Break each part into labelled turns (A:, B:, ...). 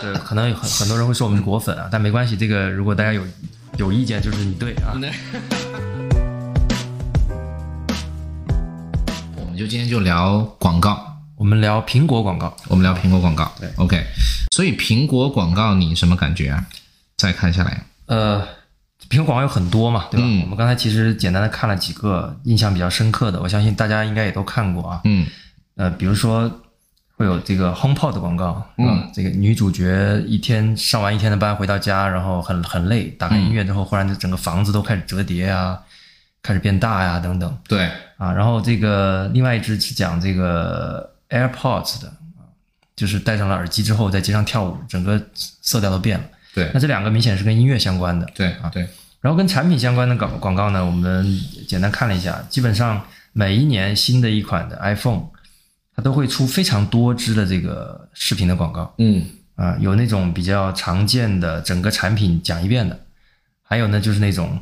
A: 对，呃可能有很很多人会说我们是果粉啊，但没关系，这个如果大家有有意见，就是你对啊。
B: 我们就今天就聊广告，
A: 我们聊苹果广告，
B: 我们聊苹果广告。
A: 对
B: ，OK。所以苹果广告你什么感觉啊？再看下来，
A: 呃，苹果广告有很多嘛，对吧？
B: 嗯
A: 我们刚才其实简单的看了几个印象比较深刻的，我相信大家应该也都看过啊。
B: 嗯
A: 呃，比如说会有这个 HomePod 的广告，嗯，这个女主角一天上完一天的班回到家，然后很很累，打开音乐之后，忽然就整个房子都开始折叠啊，开始变大呀、等等
B: 对，
A: 啊。然后这个另外一只是讲这个 AirPods 的，啊就是戴上了耳机之后在街上跳舞，整个色调都变了。
B: 对
A: 那，这两个明显是跟音乐相关的，
B: 对啊对，
A: 然后跟产品相关的广广告呢，我们简单看了一下，基本上每一年新的一款的 iPhone，它都会出非常多支的这个视频的广告
B: 嗯
A: 啊、有那种比较常见的整个产品讲一遍的，还有呢就是那种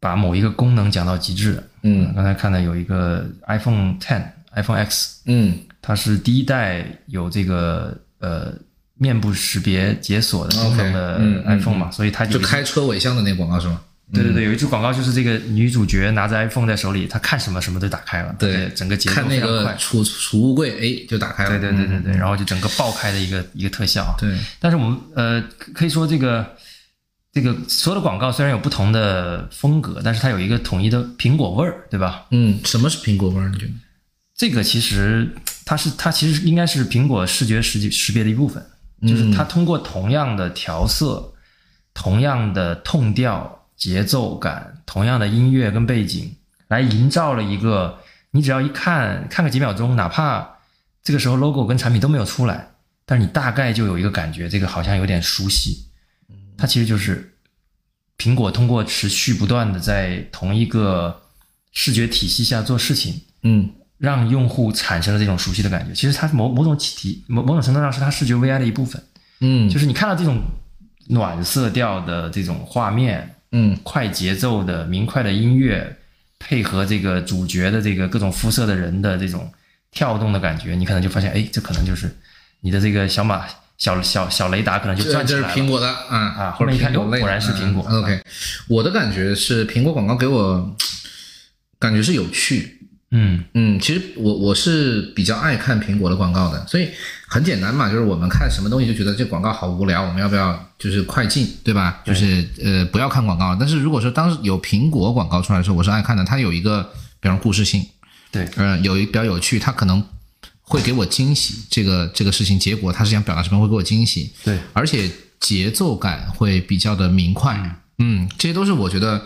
A: 把某一个功能讲到极致的。
B: 嗯
A: 刚才看到有一个 iPhone Ten、iPhone X，
B: 嗯
A: 它是第一代有这个呃面部识别解锁的功能
B: OK，嗯
A: 的
B: 嗯
A: iPhone 嘛，所以它有
B: 就
A: 一个
B: 开车尾箱的那广告是吗？嗯
A: 对对对，有一支广告就是这个女主角拿着 iPhone 在手里，她看什么什么都打开了，而
B: 对，
A: 且整个节奏
B: 看
A: 非
B: 那
A: 常
B: 个
A: 快，
B: 储储物柜，哎，就打开了。
A: 对对对对
B: 嗯
A: 对，然后就整个爆开的一个一个特效啊。
B: 对，
A: 但是我们呃可可以说这个这个所有的广告虽然有不同的风格，但是它有一个统一的苹果味儿，对吧？
B: 嗯，什么是苹果味儿？你觉得？
A: 这个其实它是它其实应该是苹果视觉识识别的一部分，就是它通过同样的调色、同样的痛调、节奏感、同样的音乐跟背景，来营造了一个你只要一看看个几秒钟，哪怕这个时候 logo 跟产品都没有出来，但是你大概就有一个感觉，这个好像有点熟悉。它其实就是苹果通过持续不断的在同一个视觉体系下做事情。
B: 嗯
A: 让用户产生了这种熟悉的感觉。其实它某某种体某某种程度上是它视觉 VI 的一部分，
B: 嗯，
A: 就是是你看到这种暖色调的这种画面、
B: 嗯
A: 快节奏的明快的音乐，配合这个主角的这个各种肤色的人的这种跳动的感觉，你可能就发现，哎，这可能就是你的这个小马小小小雷达可能就
B: 这
A: 站起
B: 这是
A: 来
B: 苹
A: 了。
B: 果的啊
A: 啊后
B: 或者
A: 面一
B: 苹
A: 看
B: 果类的
A: 哟果然是苹果
B: 嗯 OK，我的感觉是苹果广告给我感觉是有趣。
A: 嗯
B: 嗯，其实我我是比较爱看苹果的广告的，所以很简单嘛，就是我们看什么东西就觉得这广告好无聊，我们要不要就是快进，对吧？就是呃不要看广告。但是如果说当时有苹果广告出来的时候，我是爱看的，它有一个比方说故事性，
A: 对
B: 嗯、有一比较有趣，它可能会给我惊喜。这个这个事情结果它是想表达什么，会给我惊喜。
A: 对，
B: 而且节奏感会比较的明快。嗯，这些都是我觉得，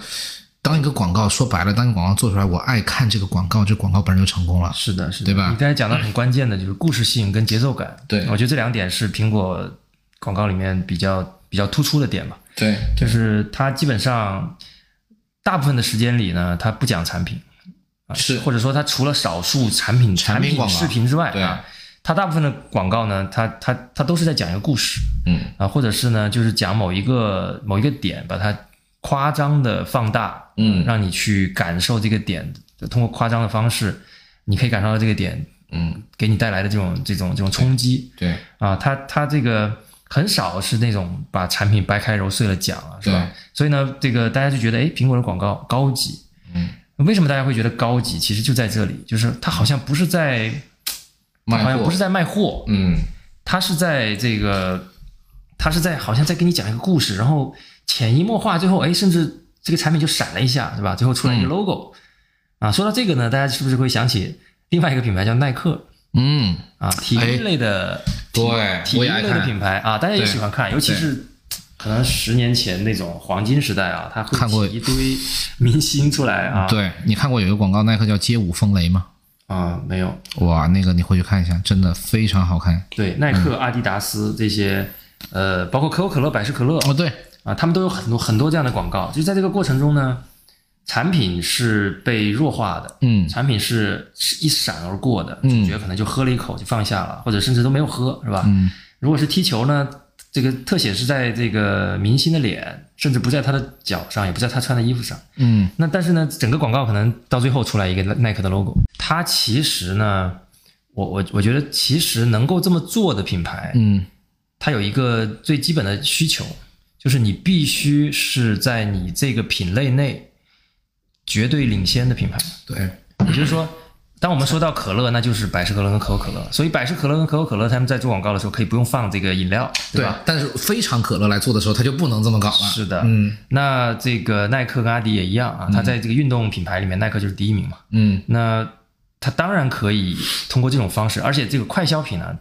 B: 当一个广告说白了，当一个广告做出来，我爱看这个广告，这广告本身就成功了。
A: 是的，是的，
B: 对吧
A: 你刚才讲到很关键的就是故事性跟节奏感，
B: 对
A: 我觉得这两点是苹果广告里面比较比较突出的点吧。
B: 对，
A: 就是它基本上大部分的时间里呢，它不讲产品，啊
B: 是
A: 或者说它除了少数产品
B: 产品广告
A: 视频之外，
B: 对
A: 啊，它大部分的广告呢，它它它都是在讲一个故事
B: 嗯
A: 啊，或者是呢，就是讲某一个某一个点，把它夸张的放大，
B: 嗯
A: 让你去感受这个点，通过夸张的方式，你可以感受到这个点
B: 嗯，
A: 给你带来的这种这种这种冲击。
B: 对
A: 啊，它它这个很少是那种把产品掰开揉碎了讲啊，是吧
B: 对？
A: 所以呢，这个大家就觉得，诶，苹果的广告高级。
B: 嗯，
A: 为什么大家会觉得高级？其实就在这里，就是它好像不是在，它
B: 卖货
A: 好像不是在卖货，
B: 嗯
A: 它是在这个，它是在好像在给你讲一个故事，然后潜移默化，最后诶，甚至这个产品就闪了一下，对吧？最后出来
B: 嗯
A: 一个 logo。啊，说到这个呢，大家是不是会想起另外一个品牌叫耐克
B: 嗯，
A: 啊，体
B: 哎
A: 育类的
B: 对，
A: 体
B: 我
A: 育
B: 也爱
A: 类的
B: 看。
A: 品牌啊，大家也喜欢看，尤其是可能十年前那种黄金时代啊，他会
B: 看过
A: 起一堆明星出来啊。
B: 对你看过有一个广告，耐克叫“街舞风雷”吗？
A: 啊，没有
B: 哇，那个你回去看一下，真的非常好看。
A: 对耐
B: 嗯
A: 克、阿迪达斯这些，呃，包括可口可乐、百事可乐
B: 哦，对，
A: 啊，他们都有很多很多这样的广告。就在这个过程中呢，产品是被弱化的。
B: 嗯
A: 产品是是一闪而过的，
B: 嗯
A: 主角可能就喝了一口就放下了，或者甚至都没有喝，是吧？
B: 嗯
A: 如果是踢球呢，这个特写是在这个明星的脸，甚至不在他的脚上，也不在他穿的衣服上。
B: 嗯
A: 那但是呢，整个广告可能到最后出来一个耐克的 logo。它其实呢，我我我觉得其实能够这么做的品牌，
B: 嗯
A: 它有一个最基本的需求，就是你必须是在你这个品类内绝对领先的品牌。
B: 对，
A: 也就是说，当我们说到可乐，那就是百事可乐跟可口可乐。所以百事可乐跟可口可乐他们在做广告的时候，可以不用放这个饮料，对吧？
B: 但是非常可乐来做的时候，它就不能这么搞了。
A: 是的
B: 嗯
A: 那这个耐克跟阿迪也一样啊，它在这个运动品牌里面，耐克就是第一名嘛。
B: 嗯，
A: 那它当然可以通过这种方式，而且这个快消品呢、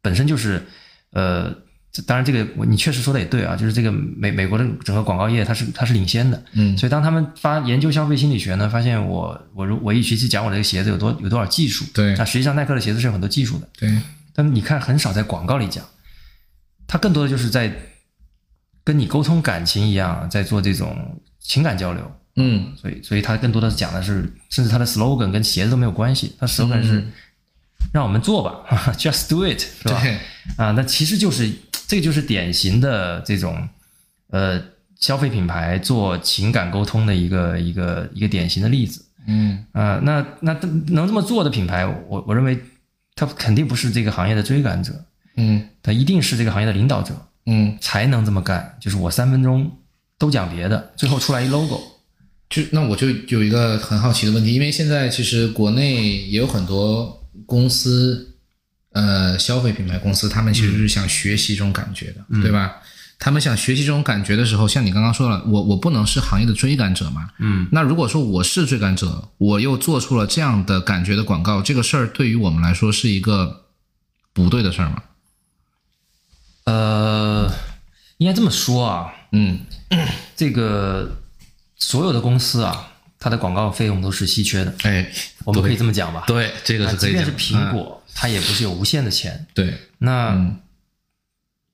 A: 本身就是呃，这当然这个我你确实说的也对啊，就是这个美美国的整个广告业它是它是领先的，
B: 嗯
A: 所以当他们发研究消费心理学呢，发现我我如我一学期讲我这个鞋子有多有多少技术，
B: 对
A: 那实际上耐克的鞋子是有很多技术的，
B: 对，
A: 但你看很少在广告里讲，它更多的就是在跟你沟通感情一样，在做这种情感交流。
B: 嗯
A: 所以所以它更多的讲的是，甚至它的 slogan 跟鞋子都没有关系，它 slogan 是让我们做吧 ，just do it，是吧？
B: 对，
A: 啊，那其实就是这个就是典型的这种呃消费品牌做情感沟通的一个一个一个典型的例子。
B: 嗯
A: 啊、那那能这么做的品牌，我我认为它肯定不是这个行业的追赶者，
B: 嗯
A: 它一定是这个行业的领导者
B: 嗯，
A: 才能这么干。就是我三分钟都讲别的，最后出来一 logo，
B: 就那我就有一个很好奇的问题，因为现在其实国内也有很多公司，呃，消费品牌公司，他们其实是想学习这种感觉的，对吧？他们想学习这种感觉的时候，像你刚刚说了，我我不能是行业的追赶者嘛，
A: 嗯，
B: 那如果说我是追赶者，我又做出了这样的感觉的广告，这个事儿对于我们来说是一个不对的事儿吗？
A: 呃，应该这么说啊，
B: 嗯
A: 这个所有的公司啊，它的广告费用都是稀缺的，
B: 哎，
A: 我们可以这么讲吧？
B: 对，这个
A: 啊
B: 是可
A: 即
B: 以
A: 便
B: 讲的。
A: 是苹果，它也不是有无限的钱
B: 嗯，，对，
A: 那
B: 嗯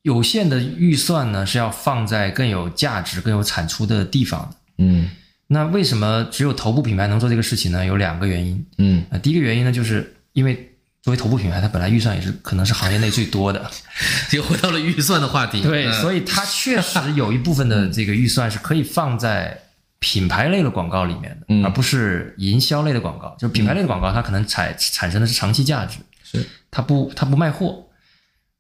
A: 有限的预算呢是要放在更有价值、更有产出的地方的。
B: 嗯
A: 那为什么只有头部品牌能做这个事情呢？有两个原因。
B: 嗯，
A: 呃，第一个原因呢，就是因为作为头部品牌，它本来预算也是可能是行业内最多的，
B: 又回到了预算的话 题。
A: 对，
B: 嗯
A: 所以它确实有一部分的这个预算是可以放在品牌类的广告里面的，
B: 嗯
A: 而不是营销类的广告。就是品牌类的广告，它可能产产生的是长期价值，
B: 是
A: 它不它不卖货。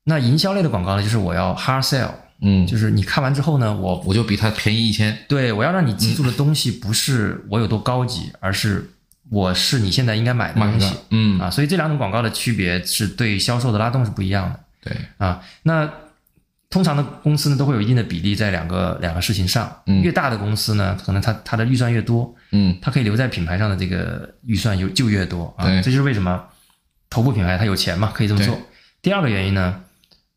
A: 那营销类的广告呢，就是我要 hard sell，
B: 嗯，
A: 就是你看完之后呢，我
B: 我就比他便宜一千。
A: 对我要让你记住的东西不是我有多高级，而是我是你现在应该买的
B: 买
A: 东西
B: 个，嗯
A: 啊。所以这两种广告的区别是对销售的拉动是不一样的。
B: 对，
A: 啊，那通常的公司呢都会有一定的比例在两个两个事情上，
B: 嗯
A: 越大的公司呢，可能它它的预算越多，
B: 嗯
A: 它可以留在品牌上的这个预算就就越多啊，
B: 对
A: 这就是为什么头部品牌它有钱嘛，可以这么做
B: 对。
A: 第二个原因呢，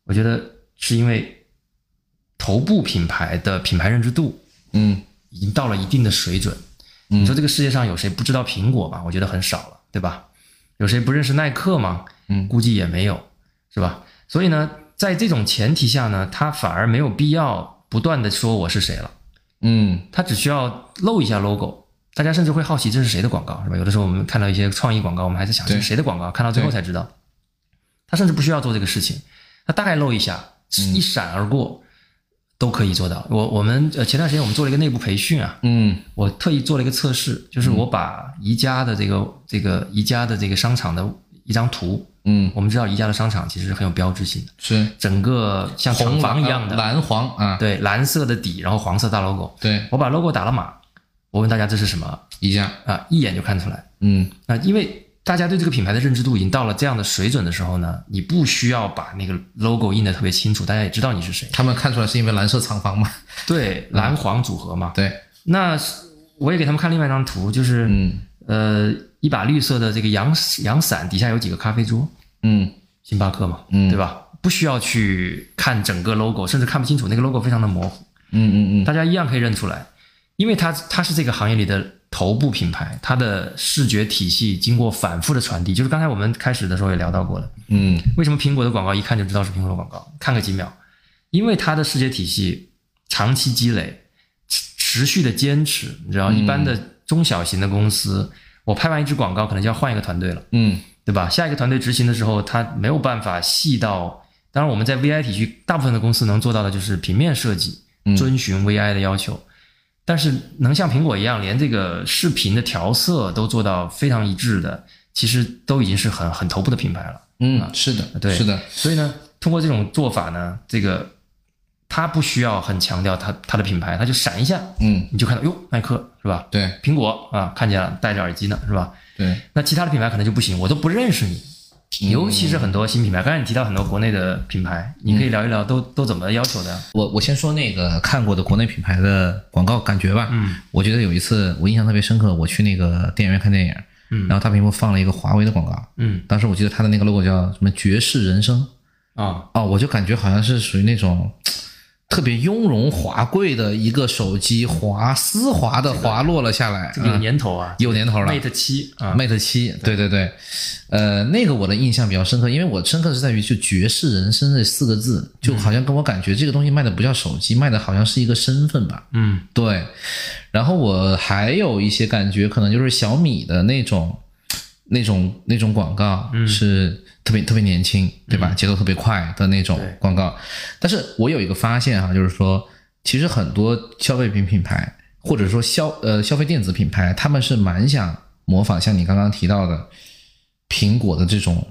A: 我觉得是因为头部品牌的品牌认知度
B: 嗯
A: 已经到了一定的水准。
B: 嗯
A: 你说这个世界上有谁不知道苹果吗？我觉得很少了，对吧？有谁不认识耐克吗？
B: 嗯
A: 估计也没有，是吧？所以呢，在这种前提下呢，他反而没有必要不断的说我是谁了，
B: 嗯
A: 他只需要露一下 logo，大家甚至会好奇这是谁的广告，是吧？有的时候我们看到一些创意广告，我们还在想这
B: 对
A: 是谁的广告，看到最后才知道，他甚至不需要做这个事情，他大概露一下，
B: 嗯
A: 一闪而过。都可以做到。我我们呃前段时间我们做了一个内部培训啊，
B: 嗯
A: 我特意做了一个测试，就是我把宜家的这个这个宜家的这个商场的一张图，
B: 嗯，
A: 我们知道宜家的商场其实是很有标志性的，
B: 是
A: 整个像厂
B: 红
A: 房
B: 蓝
A: 一样的，
B: 蓝黄啊，
A: 对，蓝色的底，然后黄色大 logo。
B: 对，
A: 我把 logo 打了码，我问大家这是什么
B: 宜家，
A: 啊？一眼就看出来
B: 嗯
A: 啊，因为大家对这个品牌的认知度已经到了这样的水准的时候呢，你不需要把那个 logo 印的特别清楚，大家也知道你是谁。
B: 他们看出来是因为蓝色厂房嘛？
A: 对，蓝黄组合嘛。
B: 对，
A: 那我也给他们看另外一张图，就是
B: 嗯
A: 呃，一把绿色的这个阳阳伞底下有几个咖啡桌，
B: 嗯
A: 星巴克嘛，
B: 嗯
A: 对吧？不需要去看整个 logo，甚至看不清楚那个 logo 非常的模糊，
B: 嗯嗯嗯，
A: 大家一样可以认出来，因为它它是这个行业里的头部品牌，它的视觉体系经过反复的传递，就是刚才我们开始的时候也聊到过的，
B: 嗯
A: 为什么苹果的广告一看就知道是苹果的广告，看个几秒，因为它的视觉体系长期积累，持持续的坚持，你知道，一般的中小型的公司，我拍完一支广告可能就要换一个团队了。
B: 嗯
A: 对吧？下一个团队执行的时候，他没有办法细到。当然，我们在 VI 体系，大部分的公司能做到的就是平面设计，
B: 嗯
A: 遵循 VI 的要求。但是能像苹果一样，连这个视频的调色都做到非常一致的，其实都已经是很很头部的品牌了。
B: 嗯，是的，
A: 啊对
B: 是的，
A: 所以呢，通过这种做法呢，这个它不需要很强调它它的品牌，它就闪一下，
B: 嗯，
A: 你就看到哟，耐克是吧？
B: 对
A: 苹果啊，看见了，戴着耳机呢，是吧？
B: 对，
A: 那其他的品牌可能就不行，我都不认识你。尤其是很多新品牌，刚才你提到很多国内的品牌，你可以聊一聊都都怎么要求的？
B: 我我先说那个看过的国内品牌的广告感觉吧。
A: 嗯，
B: 我觉得有一次我印象特别深刻，我去那个电影院看电影，
A: 嗯
B: 然后大屏幕放了一个华为的广告，
A: 嗯
B: 当时我记得它的那个 logo 叫什么“绝世人生
A: 啊”，
B: 哦，我就感觉好像是属于那种。特别雍容华贵的一个手机滑丝滑的滑落了下来，
A: 这个有
B: 嗯
A: 年头啊
B: 有年头了。
A: ，Mate 七啊，
B: Mate 七，对对对，呃，那个我的印象比较深刻，因为我深刻是在于就“绝世人生”这四个字，就好像跟我感觉这个东西卖的不叫手机，卖的好像是一个身份吧。
A: 嗯
B: 对，然后我还有一些感觉，可能就是小米的那种、那种、那种广告，是特别、特别年轻，对吧？节奏特别快的那种
A: 对
B: 广告。但是我有一个发现哈、就是说，其实很多消费品品牌或者说消呃消费电子品牌，他们是蛮想模仿像你刚刚提到的苹果的这种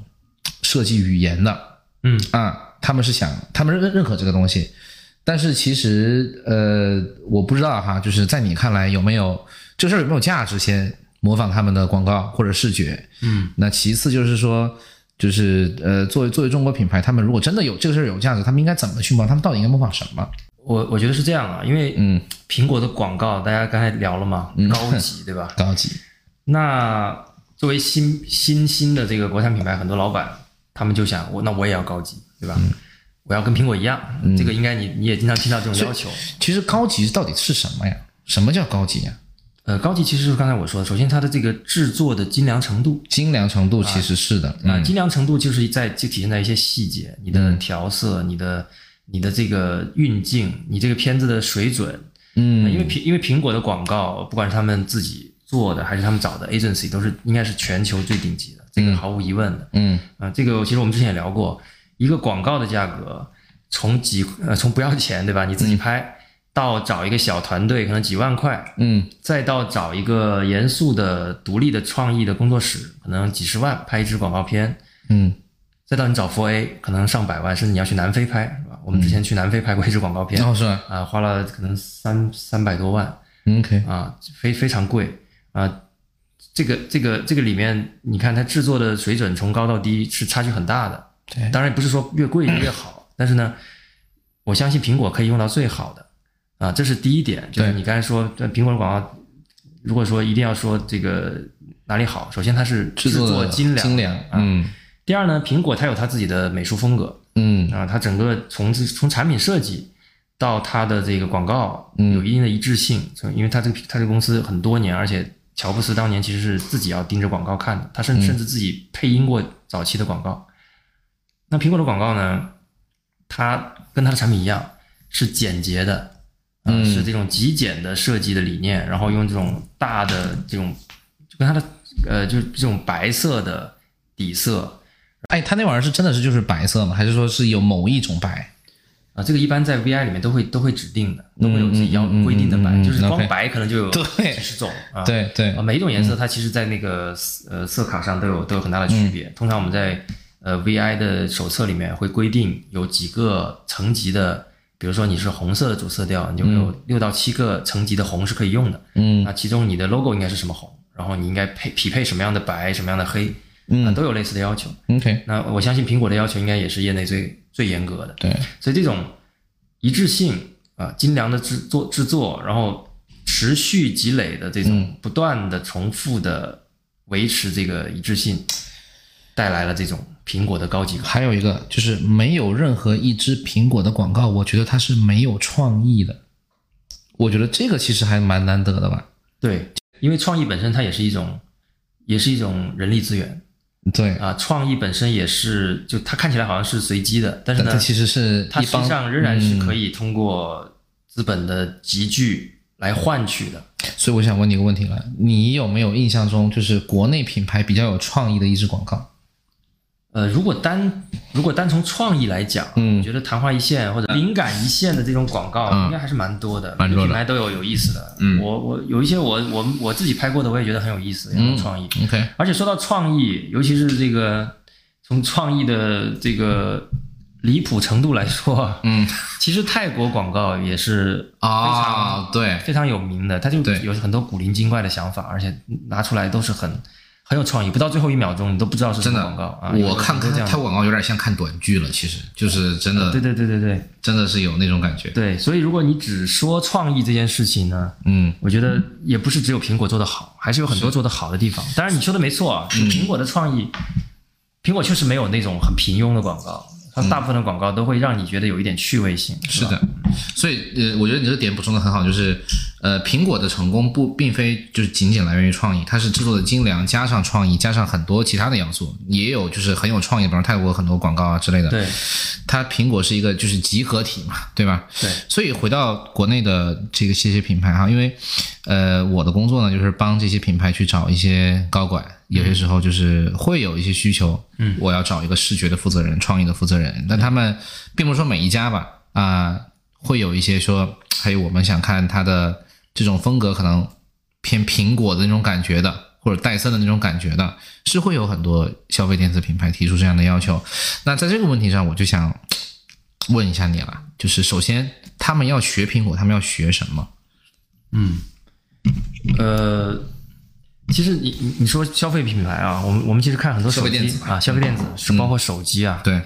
B: 设计语言的。
A: 嗯
B: 啊，他们是想，他们认认可这个东西，但是其实呃，我不知道哈，就是在你看来有没有这事儿有没有价值？先模仿他们的广告或者视觉，
A: 嗯，
B: 那其次就是说，就是呃，作为作为中国品牌，他们如果真的有这个事儿有价值，他们应该怎么去模仿？他们到底应该模仿什么？
A: 我我觉得是这样啊，因为
B: 嗯，
A: 苹果的广告大家刚才聊了嘛，高 级对吧？
B: 高级，
A: 那作为新新兴的这个国产品牌，很多老板他们就想，我那我也要高级，对吧？我要跟苹果一样，这个应该你你也经常听到这种要求。
B: 其实高级到底是什么呀？什么叫高级呀？啊
A: 呃，高级其实就是刚才我说的，首先它的这个制作的精良程度
B: 精良程度其实是的，
A: 啊，
B: 嗯
A: 精良程度就是在就体现在一些细节，你的调色，你的你的这个运镜，你这个片子的水准，呃
B: 嗯，
A: 因为苹因为苹果的广告，不管是他们自己做的还是他们找的 agency，都是应该是全球最顶级的，这个毫无疑问的。
B: 嗯
A: 啊，这个其实我们之前也聊过，一个广告的价格从几呃从不要钱对吧，你自
B: 嗯
A: 己拍，到找一个小团队可能几万块，
B: 嗯
A: 再到找一个严肃的独立的创意的工作室，可能几十万拍一支广告片，
B: 嗯
A: 再到你找 Four A 可能上百万，甚至你要去南非拍是吧？我们之前去南非拍过一支广告片，
B: 然
A: 啊、
B: 后是吧
A: 花了可能三三百多万。
B: 嗯，OK，
A: 啊，非非常贵啊。这个这个这个里面，你看它制作的水准从高到低是差距很大的。
B: 对
A: 当然不是说越贵越好，但是呢，我相信苹果可以用到最好的啊，这是第一点。就是
B: 对
A: 你刚才说呃苹果的广告，如果说一定要说这个哪里好，首先它是
B: 制
A: 作
B: 作
A: 精良。啊
B: 精良，嗯
A: 第二呢，苹果它有它自己的美术风格，
B: 嗯
A: 啊，它整个从这从产品设计到它的这个广告，
B: 嗯
A: 有一定的一致性，所以因为它这个它这个公司很多年，而且乔布斯当年其实是自己要盯着广告看的，他
B: 嗯
A: 甚甚至自己配音过早期的广告。那苹果的广告呢，它跟它的产品一样，是简洁的，啊
B: 嗯
A: 是这种极简的设计的理念，然后用这种大的这种，就跟它的呃，就是这种白色的底色，
B: 哎，它那玩意儿是真的是就是白色吗？还是说是有某一种白？
A: 啊，这个一般在 VI 里面都会都会指定的，都会有自己要
B: 嗯嗯嗯
A: 规定的白，
B: 嗯嗯
A: 就是光
B: OK
A: 白可能就有
B: 对
A: 几十种啊。
B: 对嗯对
A: 啊，每一种颜色它其实在那个色呃色卡上都有都有很大的区
B: 嗯
A: 别。通常我们在呃 VI 的手册里面会规定有几个层级的，比如说你是红色的主色调，你就会有六到七个层级的红是可以用的。
B: 嗯
A: 那其中你的 logo 应该是什么红，然后你应该配匹配什么样的白，什么样的黑，啊，
B: 嗯
A: 都有类似的要求。
B: ，OK，
A: 那我相信苹果的要求应该也是业内最最严格的。
B: 对，
A: 所以这种一致性啊，精良的制作制作，然后持续积累的这
B: 嗯
A: 种不断的重复的维持这个一致性，带来了这种苹果的高级化。
B: 还有一个就是没有任何一支苹果的广告，我觉得它是没有创意的。我觉得这个其实还蛮难得的吧？
A: 对，因为创意本身它也是一种，也是一种人力资源
B: 对，
A: 啊。创意本身也是，就它看起来好像是随机的，但是
B: 但
A: 呢，
B: 它其实是
A: 它
B: 一嗯
A: 实际
B: 帮，
A: 上仍然是可以通过资本的集聚来换取的。
B: 嗯所以我想问你一个问题了，你有没有印象中就是国内品牌比较有创意的一支广告？
A: 呃，如果单如果单从创意来讲，
B: 嗯
A: 我觉得昙花一现或者灵感一现的这种广告，
B: 嗯
A: 应该还是蛮多的，
B: 蛮多的
A: 品牌都有有意思的。
B: 嗯
A: 我我有一些我我我自己拍过的，我也觉得很有意思，很
B: 嗯
A: 有创意。
B: OK，
A: 而且说到创意，尤其是这个从创意的这个离谱程度来说，
B: 嗯
A: 其实泰国广告也是
B: 啊，对，
A: 非常有名的，他就
B: 对
A: 有很多古灵精怪的想法，而且拿出来都是很很有创意，不到最后一秒钟你都不知道是什
B: 真
A: 么
B: 的
A: 广告啊。有
B: 我
A: 的
B: 看
A: 都
B: 看
A: 这样
B: 泰国广告有点像看短剧了，其实就是真的
A: 对对对对对
B: 真的是有那种感觉。
A: 对，所以如果你只说创意这件事情呢，
B: 嗯，
A: 我觉得也不是只有苹果做得好，还是有很多做得好的地方。当然你说的没错啊，
B: 嗯
A: 苹果的创意，苹果确实没有那种很平庸的广告，它大部分的广告都会让你觉得有一点趣味性。
B: 嗯是
A: 吧，
B: 的，所以呃，我觉得你这个点补充的很好，就是呃，苹果的成功不并非就是仅仅来源于创意，它是制作的精良加上创意，加上很多其他的要素，也有就是很有创意，比如泰国很多广告啊之类的。
A: 对
B: 它苹果是一个就是集合体嘛，对吧？
A: 对，
B: 所以回到国内的这个这些品牌哈，因为呃，我的工作呢就是帮这些品牌去找一些高管，有些时候就是会有一些需求，嗯，我要找一个视觉的负责人、创意的负责人，但他们并不是说每一家吧，啊、会有一些说，嘿，我们想看它的这种风格可能偏苹果的那种感觉的，或者戴森的那种感觉的，是会有很多消费电子品牌提出这样的要求。那在这个问题上，我就想问一下你了，就是首先他们要学苹果，他们要学什么？
A: 嗯呃，其实你你你说消费品牌啊，我们我们其实看很多
B: 消
A: 手
B: 费电
A: 机
B: 子嗯嘛
A: 啊，消费电子是包括手机啊，
B: 对，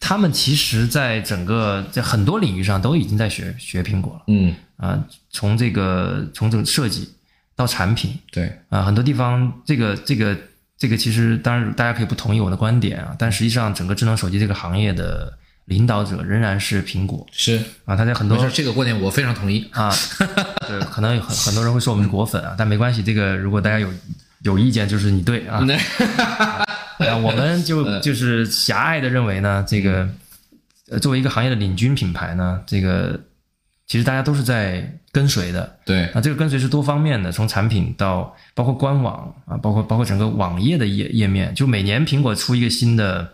A: 他们其实在整个在很多领域上都已经在学学苹果了
B: 嗯，
A: 啊、从这个从这个设计到产品
B: 对，
A: 啊、很多地方这个这个这个其实当然大家可以不同意我的观点啊，但实际上整个智能手机这个行业的领导者仍然是苹果
B: 是，
A: 啊，他在很
B: 没
A: 多
B: 事，这个观点我非常同意。
A: 啊，对，可能有很很多人会说我们是果粉啊，但没关系，这个如果大家有有意见，就是你对啊。
B: 嗯
A: 啊我们 就就是狭隘的认为呢，这个呃作为一个行业的领军品牌呢，这个其实大家都是在跟随的。
B: 对，
A: 啊，这个跟随是多方面的，从产品到包括官网啊，包括包括整个网页的页页面，就每年苹果出一个新的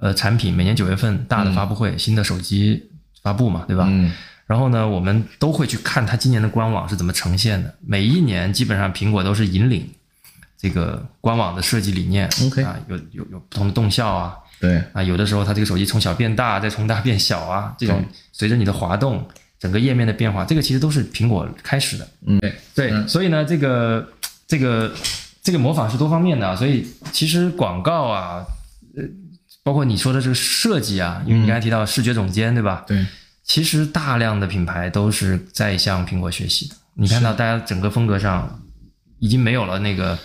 A: 呃产品，每年九月份大的发布会，新的手机发布嘛，对吧？
B: 嗯，
A: 然后呢，我们都会去看它今年的官网是怎么呈现的。每一年基本上苹果都是引领这个官网的设计理念
B: OK
A: 啊，有有有不同的动效啊
B: 对，
A: 啊，有的时候它这个手机从小变大，再从大变小啊，这种随着你的滑动，整个页面的变化，这个其实都是苹果开始的。
B: 嗯，对，
A: 对，
B: 嗯
A: 所以呢，这个这个这个模仿是多方面的啊，所以其实广告啊，呃，包括你说的这个设计啊，因为你刚才提到视觉总监、对吧？
B: 对，
A: 其实大量的品牌都是在向苹果学习的。你看到大家整个风格上已经没有了那个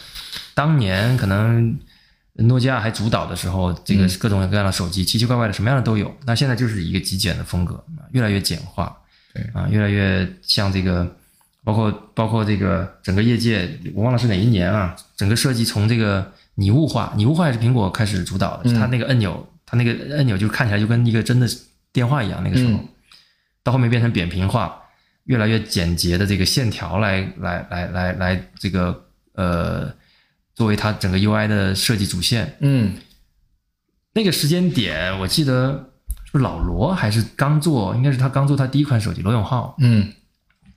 A: 当年可能诺基亚还主导的时候，这个各种各样的手机、奇奇怪怪的什么样的都有。那现在就是一个极简的风格，啊越来越简化，
B: 对
A: 啊，越来越像这个，包括包括这个整个业界，我忘了是哪一年啊，整个设计从这个拟物化，拟物化也是苹果开始主导的，是它那个按钮，它那个按钮就看起来就跟一个真的电话一样，那个时候。
B: 嗯
A: 到后面变成扁平化，越来越简洁的这个线条来来来来来这个呃，作为它整个 UI 的设计主线。
B: 嗯，
A: 那个时间点，我记得是老罗还是刚做，应该是他刚做他第一款手机，罗永浩，
B: 嗯，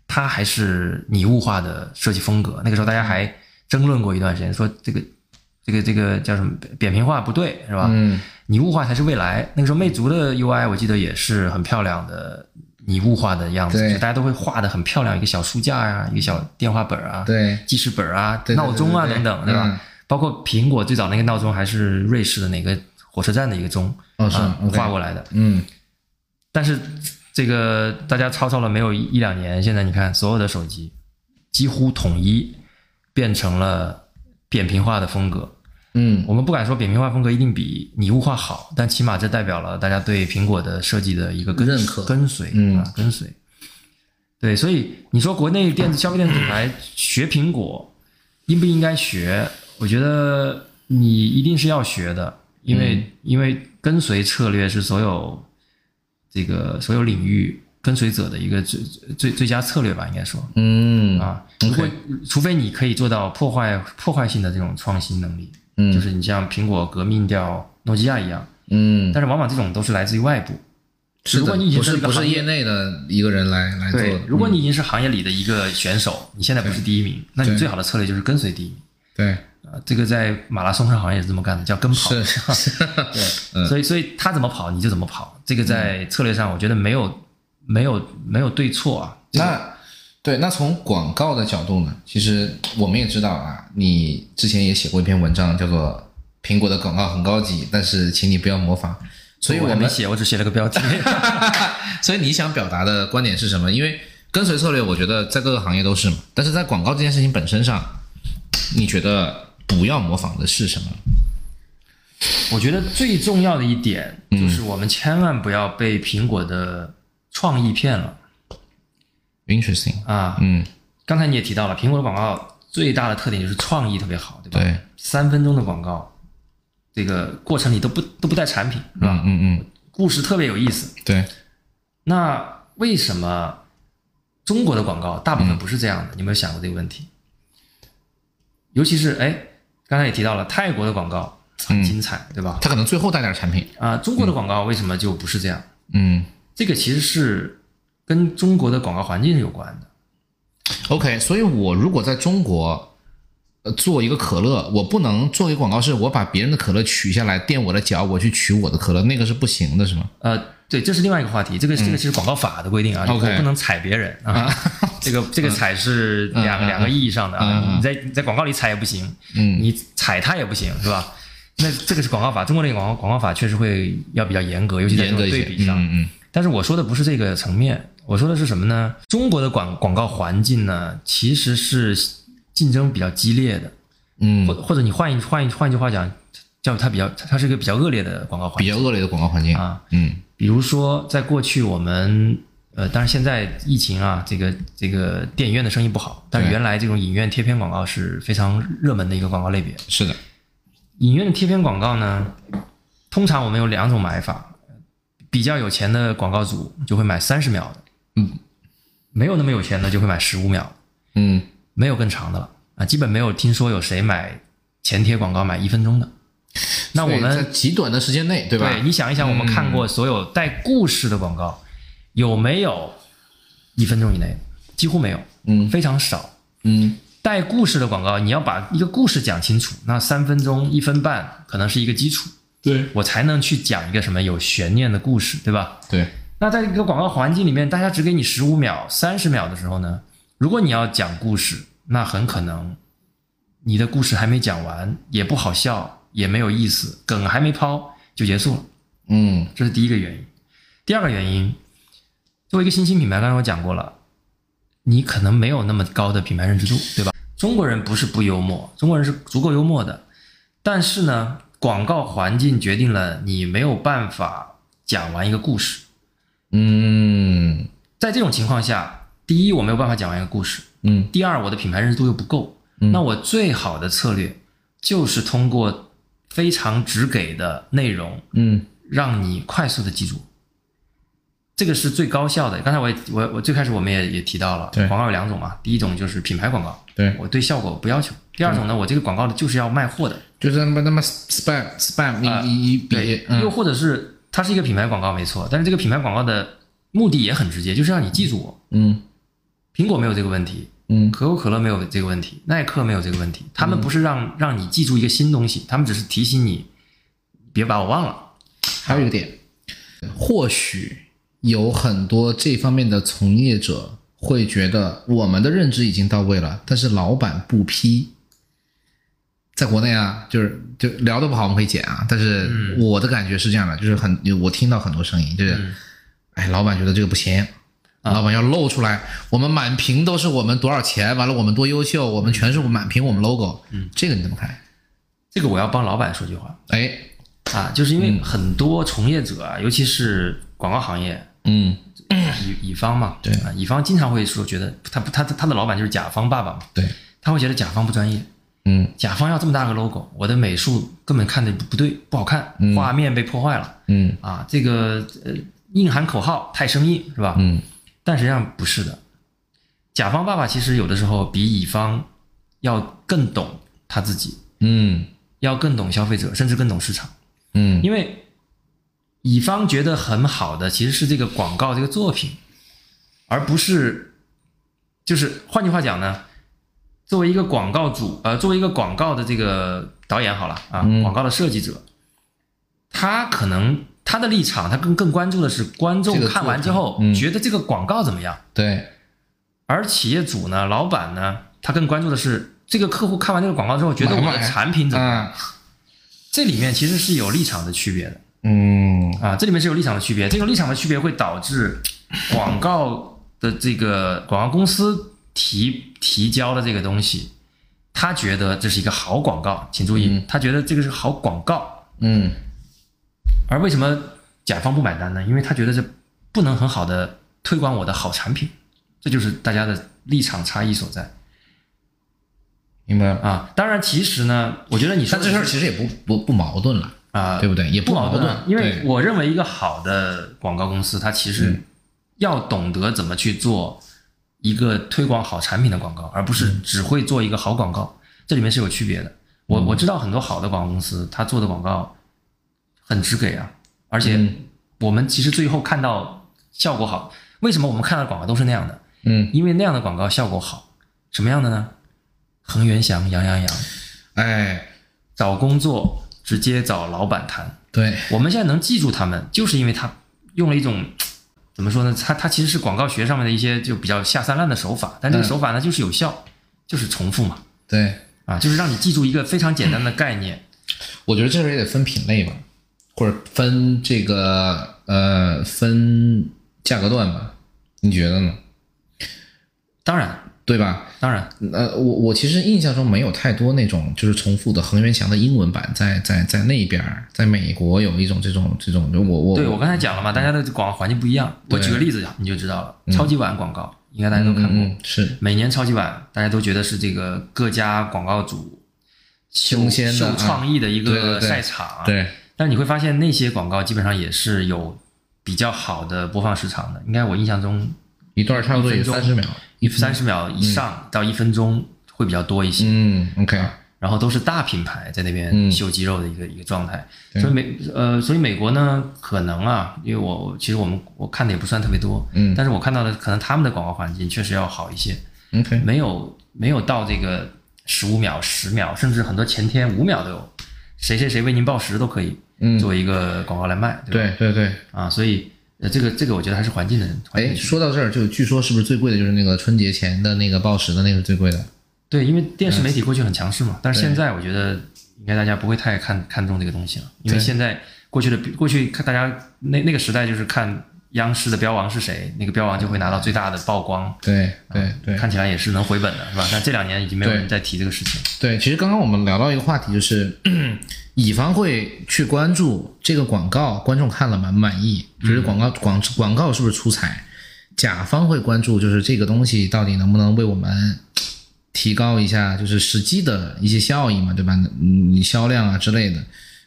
A: 他还是拟物化的设计风格。那个时候大家还争论过一段时间，说这个这个这个叫什么扁平化不对是吧？
B: 嗯，
A: 拟物化才是未来。那个时候魅族的 UI 我记得也是很漂亮的拟物化的样子，
B: 对
A: 就大家都会画的很漂亮，一个小书架啊，一个小电话本啊，
B: 对，
A: 记事本啊，
B: 对对
A: 闹钟啊
B: 对对
A: 等等，
B: 对
A: 对吧？
B: 嗯
A: 包括苹果最早那个闹钟还是瑞士的哪个火车站的一个钟、
B: 哦是
A: 啊
B: OK
A: 画过来的，
B: 嗯，
A: 但是这个大家吵吵了没有一一两年，现在你看所有的手机几乎统一变成了扁平化的风格，
B: 嗯，
A: 我们不敢说扁平化风格一定比拟物化好，但起码这代表了大家对苹果的设计的一个跟
B: 认可
A: 跟随，
B: 嗯
A: 啊，跟随。对，所以你说国内电子消费电子品牌学苹果应不应该学？我觉得你一定是要学的，因为、
B: 嗯
A: 因为跟随策略是所有这个所有领域跟随者的一个最最最佳策略吧，应该说
B: 嗯，
A: 啊，
B: OK
A: 如果除非你可以做到破坏破坏性的这种创新能力，
B: 嗯
A: 就是你像苹果革命掉诺基亚一样，
B: 嗯，
A: 但是往往这种都是来自于外部。
B: 是
A: 如果
B: 的，
A: 你已经
B: 不是
A: 这个
B: 不是
A: 行业
B: 业内的一个人来来做
A: 对
B: 的，，
A: 如果
B: 嗯
A: 你已经是行业里的一个选手，你现在不是第一名，那你
B: 对
A: 最好的策略就是跟随第一名。啊
B: 对，
A: 这个在马拉松上好像也是这么嗯干的，叫跟跑。
B: 是 是，
A: 对，所以所以他怎么跑你就怎么跑，这个在策略上我觉得没有没有没有对错啊。
B: 那对，那从广告的角度呢，其实我们也知道啊，你之前也写过一篇文章，叫做《苹果的广告很高级，但是请你不要模仿》。所以
A: 我
B: 我
A: 还
B: 们
A: 没写，我只写了个标 题。
B: 所以你想表达的观点是什么？因为跟随策略，我觉得在各个行业都是嘛，但是在广告这件事情本身上，你觉得不要模仿的是什么？
A: 我觉得最重要的一点就是我们千万不要被苹果的创意骗了
B: Interesting，
A: 啊！
B: 嗯，
A: 刚才你也提到了，苹果的广告最大的特点就是创意特别好，对吧？
B: 对，
A: 三分钟的广告，这个过程里都不都不带产品，是吧？
B: 嗯嗯嗯，
A: 故事特别有意思。
B: 对，
A: 那为什么中国的广告大部分不是这样的？你有没有想过这个问题？尤其是哎，刚才也提到了泰国的广告很精彩，对吧？
B: 他可能最后带点产品，
A: 啊、中国的广告为什么就不是这样？
B: 嗯
A: 这个其实是跟中国的广告环境是有关的。
B: ，OK，所以我如果在中国。呃做一个可乐，我不能做一个广告，是我把别人的可乐取下来垫我的脚，我去取我的可乐，那个是不行的，是吗？
A: 呃，对，这是另外一个话题。这个这个其实广告法的规定啊，你
B: 嗯 OK
A: 不能踩别人啊。 这个这个踩是两
B: 嗯嗯
A: 两个意义上的啊
B: 嗯，嗯
A: 你在你在广告里踩也不行，
B: 嗯
A: 你踩它也不行，是吧？那这个是广告法，中国的广告广告法确实会要比较严格，尤其在这
B: 严
A: 种
B: 格一
A: 对
B: 些，
A: 比上。
B: 嗯嗯
A: 但是我说的不是这个层面，我说的是什么呢？中国的广广告环境呢，其实是竞争比较激烈的，
B: 嗯
A: 或
B: 嗯，
A: 或者你换一换一换一句话讲，叫它比较，它是一个比较恶劣的广告环
B: 比
A: 境
B: 较恶劣的广告环境，
A: 啊。
B: 嗯
A: 比如说，在过去我们呃，当然现在疫情啊，这个这个电影院的生意不好，但是
B: 对
A: 原来这种影院贴片广告是非常热门的一个广告类别。
B: 是的，
A: 影院的贴片广告呢，通常我们有两种买法，比较有钱的广告主就会买三十秒的，
B: 嗯，
A: 没有那么有钱的就会买十五秒的，
B: 嗯，
A: 没有更长的了啊，基本没有听说有谁买前贴广告买一分钟的。那我
B: 所以
A: 们
B: 在极短的时间内，对吧？
A: 对，你想一想，我们看过所有带故事的广告，有没有一分钟以内？几乎没有，
B: 嗯
A: 非常少。
B: 嗯
A: 带故事的广告，你要把一个故事讲清楚，那三分钟、一分半可能是一个基础，
B: 对
A: 我才能去讲一个什么有悬念的故事，对吧？
B: 对，
A: 那在一个广告环境里面，大家只给你十五秒、三十秒的时候呢，如果你要讲故事，那很可能你的故事还没讲完，也不好笑，也没有意思，梗还没抛就结束了。
B: 嗯
A: 这是第一个原因。第二个原因，作为一个新兴品牌，刚才我讲过了，你可能没有那么高的品牌认知度，对吧？中国人不是不幽默，中国人是足够幽默的，但是呢，广告环境决定了你没有办法讲完一个故事。
B: 嗯
A: 在这种情况下，第一，我没有办法讲完一个故事；
B: 嗯
A: 第二，我的品牌认知度又不够。
B: 嗯
A: 那我最好的策略就是通过非常直给的内容
B: 嗯
A: 让你快速的记住，这个是最高效的。刚才我也我我最开始我们也也提到了，
B: 对
A: 广告有两种嘛，第一种就是品牌广告，
B: 对，嗯
A: 我对效果不要求；第二种呢，我这个广告的就是要卖货的，
B: 就是那么那么 spam spam，你你你
A: 啊对
B: 比，
A: 又
B: 嗯
A: 或者是它是一个品牌广告没错，但是这个品牌广告的目的也很直接，就是让你记住我。
B: 嗯
A: 苹果没有这个问题，
B: 嗯
A: 可口可乐没有这个问题，耐克没有这个问题，他们不是
B: 嗯
A: 让让你记住一个新东西，他们只是提醒你别把我忘了。
B: 还有一个点，或许有很多这方面的从业者会觉得我们的认知已经到位了，但是老板不批。在国内啊，就是就聊的不好我们可以剪啊，但是
A: 嗯
B: 我的感觉是这样的，就是很我听到很多声音，就是，哎，老板觉得这个不行。
A: 啊
B: 老板要露出来，我们满屏都是我们多少钱，完了我们多优秀，我们全是满屏我们 logo，嗯，这个你怎么看？
A: 这个我要帮老板说句话，
B: 哎，
A: 啊，就是因
B: 嗯
A: 为很多从业者啊，尤其是广告行业，
B: 嗯，
A: 乙乙方嘛，
B: 对
A: 啊，乙方经常会说，觉得他他他他的老板就是甲方爸爸嘛，
B: 对，
A: 他会觉得甲方不专业，
B: 嗯
A: 甲方要这么大个 logo，我的美术根本看的不对，不好看，画面被破坏了
B: 嗯
A: 啊，这个呃硬喊口号太生硬是吧？
B: 嗯
A: 但实际上不是的，甲方爸爸其实有的时候比乙方要更懂他自己，
B: 嗯
A: 要更懂消费者，甚至更懂市场。
B: 嗯
A: 因为乙方觉得很好的其实是这个广告这个作品，而不是就是换句话讲呢，作为一个广告主，呃，作为一个广告的这个导演好了啊，
B: 嗯
A: 广告的设计者，他可能他的立场，他更更关注的是观众
B: 这个作
A: 看完之后、
B: 品嗯
A: 觉得这个广告怎么样，
B: 对，
A: 而企业主呢，老板呢，他更关注的是这个客户看完这个广告之后觉得
B: 买
A: 我
B: 不
A: 的
B: 买
A: 产品怎么样，
B: 啊，
A: 这里面其实是有立场的区别的。
B: 嗯，
A: 啊，这里面是有立场的区别，这种立场的区别会导致广告的这个广告公司提提交的这个东西，他觉得这是一个好广告，请注意，
B: 嗯
A: 他觉得这个是好广告，
B: 嗯，
A: 而为什么甲方不买单呢？因为他觉得这不能很好的推广我的好产品，这就是大家的立场差异所在
B: 明白了。
A: 啊。当然，其实呢，我觉得你说
B: 但
A: 的
B: 这事儿
A: 是
B: 其实也不不不矛盾了，
A: 啊，
B: 对不对？也
A: 不
B: 矛
A: 矛盾啊，因为
B: 对
A: 我认为一个好的广告公司，它其实要懂得怎么去做一个推广好产品的广告，而不是只会做一个好广告，这里面是有区别的。我我知道很多好的广告公司，它做的广告很直给啊，而且
B: 嗯
A: 我们其实最后看到效果好，为什么我们看到的广告都是那样的？
B: 嗯，
A: 因为那样的广告效果好，什么样的呢？恒源祥、杨洋洋
B: 哎，
A: 找工作直接找老板谈。
B: 对，
A: 我们现在能记住他们，就是因为他用了一种怎么说呢？他他其实是广告学上面的一些就比较下三滥的手法，但这个
B: 嗯
A: 手法呢就是有效，就是重复嘛，
B: 对，
A: 啊，就是让你记住一个非常简单的概念。
B: 我觉得这事儿也得分品类吧，或者分这个呃分价格段吧，你觉得呢？
A: 当然，
B: 对吧？
A: 当然，
B: 呃，我我其实印象中没有太多那种就是重复的恒源祥的英文版在在在那边儿，在美国有一种这种这种，我我嗯
A: 对我刚才讲了嘛，大家的广告环境不一样。我
B: 对嗯
A: 举个例子你就知道了，超级碗广告应该大家都看过，
B: 嗯嗯嗯是
A: 每年超级碗大家都觉得是这个各家广告主秀
B: 新鲜的
A: 秀
B: 啊
A: 创意的一
B: 对对
A: 个
B: 对
A: 赛场啊，
B: 对
A: 但你会发现那些广告基本上也是有比较好的播放时长的，应该我印象中
B: 一段差不多也三十秒，
A: 一三十秒以上到一分钟会比较多一些，
B: 嗯，OK，
A: 然后都是大品牌在那
B: 嗯
A: 边秀肌肉的一个、一个状态，
B: 对
A: 所以美呃，所以美国呢，可能啊，因为我其实我们我看的也不算特别多，
B: 嗯
A: 但是我看到的可能他们的广告环境确实要好一些，
B: ，OK，
A: 没有没有到这个十五秒、十秒，甚至很多前天五秒都有，谁谁谁为您报时都可以
B: 嗯
A: 作为一个广告来卖，对吧？
B: 对对对，
A: 啊，所以呃，这个这个我觉得还是环境的环境因
B: 哎，
A: 素。
B: 说到这儿，就据说是不是最贵的就是那个春节前的那个报时的那个是最贵的？
A: 对，因为电
B: 嗯
A: 视媒体过去很强势嘛，但是现在我觉得应该大家不会太看看重这个东西了，因为
B: 对
A: 现在过去的过去看大家那那个时代就是看央视的标王是谁，那个标王就会拿到最大的曝光，啊
B: 对对对，
A: 看起来也是能回本的，是吧？但这两年已经没有
B: 对
A: 人再提这个事情。
B: 对，其实刚刚我们聊到一个话题，就是 乙方会去关注这个广告，观众看了满不满意，就是广告广广告是不是出彩；甲方会关注，就是这个东西到底能不能为我们提高一下，就是实际的一些效益嘛，对吧？嗯你销量啊之类的，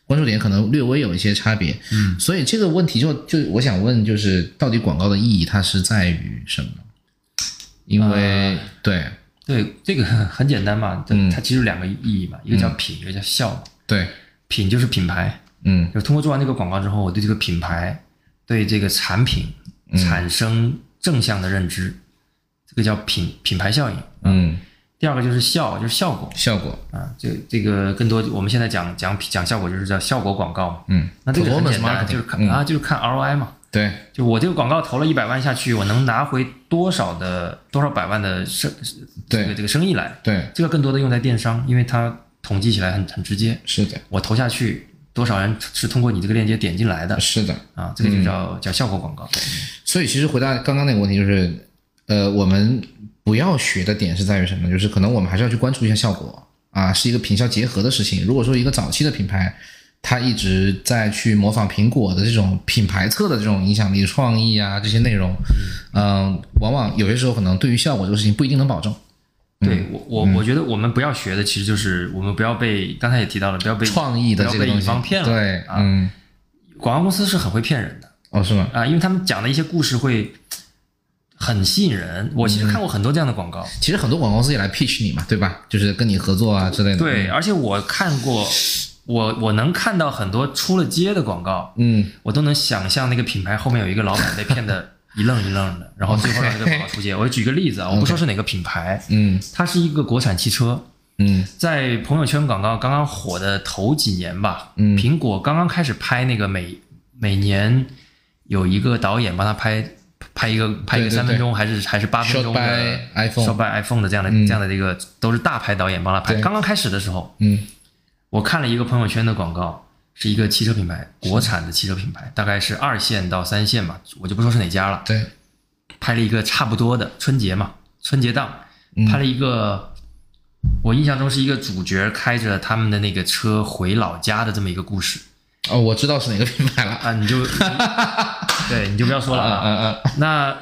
B: 关注点可能略微有一些差别。嗯，所以这个问题就就我想问，就是到底广告的意义它是在于什么？因为、对
A: 对，这个很简单嘛，它
B: 嗯
A: 它其实有两个意义嘛，一个叫品，一个叫效嘛。
B: 对，
A: 品就是品牌，
B: 嗯
A: 就通过做完这个广告之后，我对这个品牌、对这个产品
B: 嗯
A: 产生正向的认知，这个叫品品牌效应。
B: 嗯，
A: 第二个就是效，就是效果
B: 效果。
A: 啊，这这个更多我们现在讲讲讲效果，就是叫效果广告嘛。
B: 嗯，
A: 那这个很
B: Performance
A: 简单，
B: marketing，
A: 就是看、
B: 嗯
A: 啊，就是看 ROI 嘛。
B: 对，
A: 就我这个广告投了一百万下去，我能拿回多少的多少百万的生
B: 对
A: 这个这个生意来？
B: 对，
A: 这个更多的用在电商，因为它统计起来很很直接。
B: 是的，
A: 我投下去多少人是通过你这个链接点进来的？
B: 是的。
A: 啊，这个
B: 嗯
A: 就叫、叫效果广告。
B: 所以其实回答刚刚那个问题，就是，呃，我们不要学的点是在于什么？就是可能我们还是要去关注一下效果啊，是一个品效结合的事情。如果说一个早期的品牌，它一直在去模仿苹果的这种品牌侧的这种影响力、创意啊这些内容，嗯、往往有些时候可能对于效果这个事情不一定能保证。嗯
A: 对我我、我觉得我们不要学的其实就是我们不要被刚才也提到了，不要被
B: 创意的
A: 不
B: 这
A: 要
B: 个
A: 被
B: 东
A: 乙
B: 西，
A: 方骗了。
B: 对，
A: 啊，
B: 嗯，
A: 广告公司是很会骗人的
B: 哦，是吗？
A: 啊，因为他们讲的一些故事会很吸引人。我
B: 嗯
A: 其实看过很多这样的广告，
B: 其实很多广告公司也来 pitch 你嘛，对吧？就是跟你合作啊之类的。
A: 对，，而且我看过，我我能看到很多出了街的广告，
B: 嗯，
A: 我都能想象那个品牌后面有一个老板被骗的一愣一愣的，然后最后让这个广告出街。我举个例子啊，我不说是哪个品牌，
B: 嗯
A: 它是一个国产汽车，
B: 嗯
A: 在朋友圈广告刚刚火的头几年吧，
B: 嗯
A: 苹果刚刚开始拍那个每每年有一个导演帮他拍拍一个拍一个
B: 对对
A: 三分钟还是还是八分钟
B: Shot
A: 的
B: by iPhone 嗯
A: shot by iPhone 的这样的、这样的这个都是大牌导演帮他拍。
B: 对
A: 刚刚开始的时候，
B: 嗯
A: 我看了一个朋友圈的广告，是一个汽车品牌，国产的汽车品牌，大概是二线到三线吧，我就不说是哪家了。
B: 对，
A: 拍了一个差不多的春节嘛，春节档
B: 嗯
A: 拍了一个，我印象中是一个主角开着他们的那个车回老家的这么一个故事
B: 哦，我知道是哪个品牌了，
A: 啊，你 就对你就不要说了啊。
B: 啊
A: 那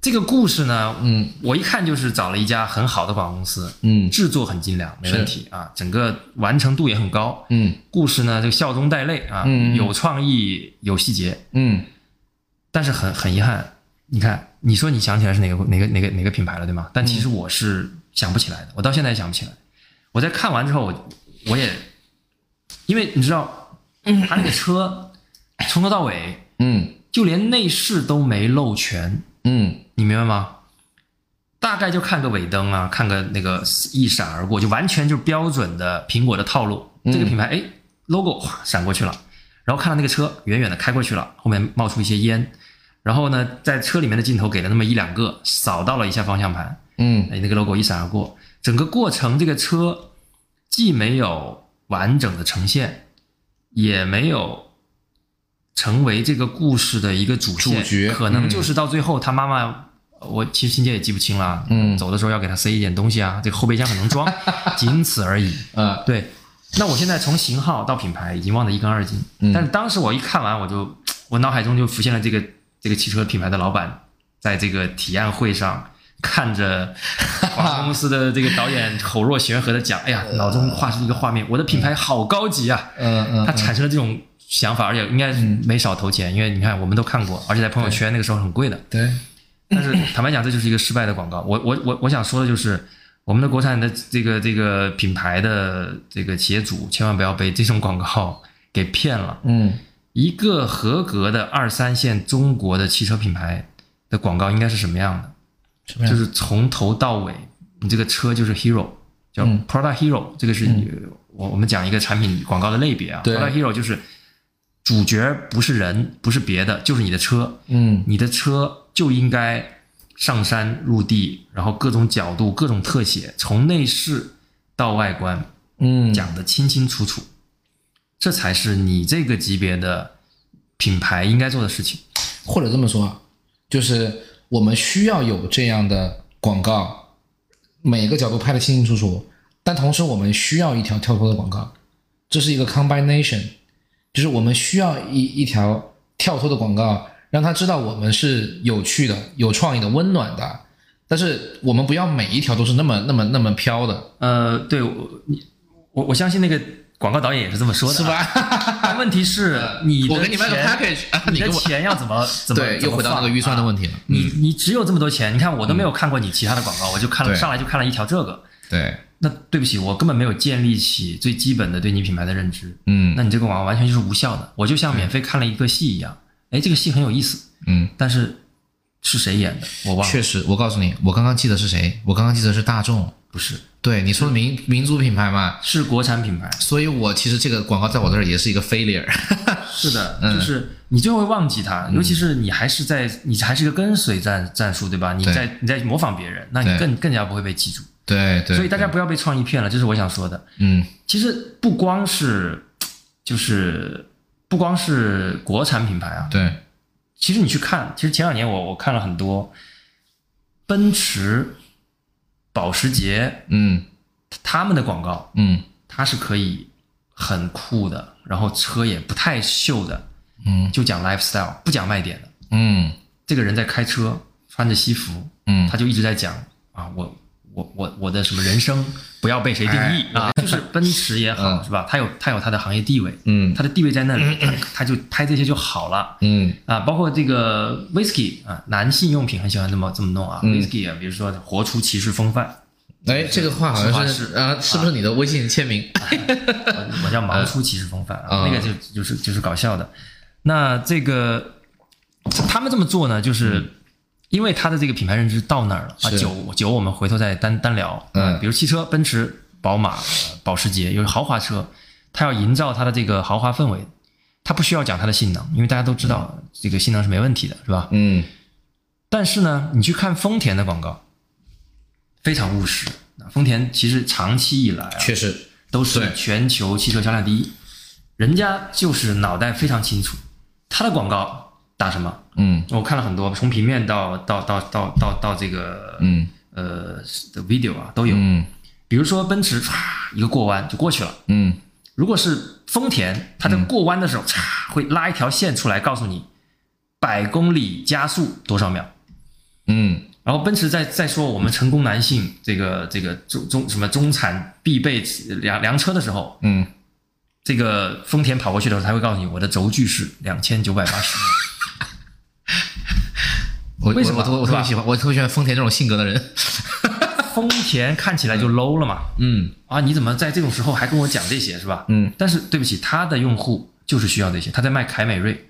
A: 这个故事呢，
B: 嗯，
A: 我一看就是找了一家很好的广告公司，
B: 嗯
A: 制作很精良，没
B: 是
A: 问题啊，整个完成度也很高，
B: 嗯
A: 故事呢就笑中带泪啊，
B: 嗯嗯嗯
A: 有创意有细节，
B: 嗯
A: 但是很很遗憾，你看，你说你想起来是哪个哪个哪个哪个品牌了，对吗？但其实我是想不起来的，我到现在也想不起来。我在看完之后，我我也，因为你知道，他那个车从头到尾，
B: 嗯
A: 就连内饰都没露全，
B: 嗯
A: 你明白吗？大概就看个尾灯啊，看个那个一闪而过，就完全就是标准的苹果的套路。这个品牌，哎，logo 哗闪过去了，然后看到那个车远远的开过去了，后面冒出一些烟，然后呢，在车里面的镜头给了那么一两个，扫到了一下方向盘，
B: 嗯
A: 哎，那个 logo 一闪而过。整个过程，这个车既没有完整的呈现，也没有成为这个故事的一个主线，
B: 主角嗯
A: 可能就是到最后他妈妈。我其实情节也记不清了，
B: 嗯
A: 走的时候要给他塞一点东西啊，这个后备箱很能 装，仅此而已。
B: 啊
A: 对，那我现在从型号到品牌已经忘得一干二净，
B: 嗯
A: 但是当时我一看完，我就我脑海中就浮现了这个这个汽车品牌的老板在这个体验会上看 着广告公司的这个导演口若悬河的讲，哎呀，脑中画出一个画面，我的品牌好高级啊，
B: 嗯嗯，
A: 他产生了这种想法，而且应该没少投钱，因为你看我们都看过，而且在朋友圈那个时候很贵的，
B: 对，
A: 但是坦白讲，这就是一个失败的广告。我我我我想说的就是，我们的国产的这个这个品牌的这个企业主，千万不要被这种广告 给骗了。
B: 嗯
A: 一个合格的二三线中国的汽车品牌的广告应该是什么样的？
B: 什么呀
A: 就？是从头到尾，你这个车就是 hero，叫 product hero，、这个是我我们讲一个产品广告的类别啊。
B: 对
A: product hero 就是主角不是人，不是别的，就是你的车。
B: 嗯
A: 你的车就应该上山入地，然后各种角度、各种特写，从内饰到外观
B: 嗯
A: 讲得清清楚楚，这才是你这个级别的品牌应该做的事情。
B: 或者这么说，啊就是我们需要有这样的广告，每个角度拍得清清楚楚，但同时我们需要一条跳脱的广告，这是一个 combination，就是我们需要一一条跳脱的广告，让他知道我们是有趣的、有创意的、温暖的，但是我们不要每一条都是那么、那么、那么飘的，
A: 呃，对我你我我相信那个广告导演也是这么说的、啊
B: 是？吧？
A: 但问题是，你的
B: 我给你卖个
A: 钱
B: package，啊
A: 你
B: 你
A: 的
B: 给我
A: 钱要怎么怎么
B: 对，
A: 怎
B: 又
A: 么
B: 回到那
A: 放啊
B: 个预算的问题了。嗯
A: 你你只有这么多钱，你看我都没有看过你其他的广告，我就看了
B: 对
A: 上来就看了一条这个，
B: 对，
A: 那对不起，我根本没有建立起最基本的对你品牌的认知。
B: 嗯
A: 那你这个广告完全就是无效的。我就像免费看了一个戏一样，哎，这个戏很有意思，
B: 嗯。
A: 但是是谁演的我忘了，
B: 确实，我告诉你，我刚刚记得是谁，我刚刚记得是大众。
A: 不是，
B: 对你说的民民族品牌嘛，
A: 是国产品牌。
B: 所以我其实这个广告在我这儿也是一个 failure。
A: 是的，
B: 嗯
A: 就是你就会忘记它，尤其是你还是在你还是一个跟随战战术，对吧？你
B: 对
A: 在你在模仿别人，那你
B: 对
A: 更更加不会被记住。
B: 对对，
A: 所以大家不要被创意骗了，这是我想说的。
B: 嗯
A: 其实不光是就是不光是国产品牌啊，
B: 对
A: 其实你去看，其实前两年我我看了很多，奔驰、保时捷
B: 嗯
A: 他们的广告，
B: 嗯
A: 它是可以很酷的，然后车也不太秀的，
B: 嗯
A: 就讲 lifestyle，不讲卖点的。
B: 嗯
A: 这个人在开车，穿着西服，
B: 嗯
A: 他就一直在讲啊，我我我我的什么人生不要被谁定义啊，就是奔驰也好是吧？它有它有它的行业地位，
B: 嗯
A: 它的地位在那里，它它就拍这些就好了。
B: 嗯
A: 啊，包括这个 whisky 啊，男性用品很喜欢这么这么弄啊、
B: 嗯
A: w h i s k y 啊，比如说活出骑士风范，
B: 哎，这个话好像
A: 实话
B: 是
A: 是
B: 啊，是不是你的微信签名？
A: 我我
B: 嗯
A: 叫忙出骑士风范啊，
B: 啊
A: 那个就就是就是搞笑的。那这个他们这么做呢，就是因为它的这个品牌认知到那儿了啊。
B: 嗯是
A: 酒酒我们回头再单单聊，啊
B: 嗯
A: 比如汽车，奔驰、宝马、呃保时捷，有豪华车，它要营造它的这个豪华氛围，它不需要讲它的性能，因为大家都知道这个性能是没问题的，是吧？
B: 嗯
A: 但是呢，你去看丰田的广告，非常务实。丰田其实长期以来啊，
B: 确实
A: 都是
B: 对
A: 全球汽车销量第一，人家就是脑袋非常清楚，他的广告打什么？
B: 嗯
A: 我看了很多，从平面到到到到到到这个
B: 嗯
A: 呃的 video 啊都有。
B: 嗯
A: 比如说奔驰，唰一个过弯就过去了。
B: 嗯
A: 如果是丰田，它在过弯的时候，唰会拉一条线出来，告诉你百公里加速多少秒。
B: 嗯
A: 然后奔驰在在说我们成功男性这个这个中中什么中产必备凉凉车的时候，
B: 嗯
A: 这个丰田跑过去的时候，他会告诉你我的轴距是两千九百八十。
B: 我
A: 为什么
B: 我我我
A: 是
B: 特别
A: 吧
B: 喜欢，我特别喜欢丰田这种性格的人。
A: 丰田看起来就 low 了嘛，
B: 嗯
A: 啊，你怎么在这种时候还跟我讲这些是吧？
B: 嗯，
A: 但是对不起，他的用户就是需要这些，他在卖凯美瑞，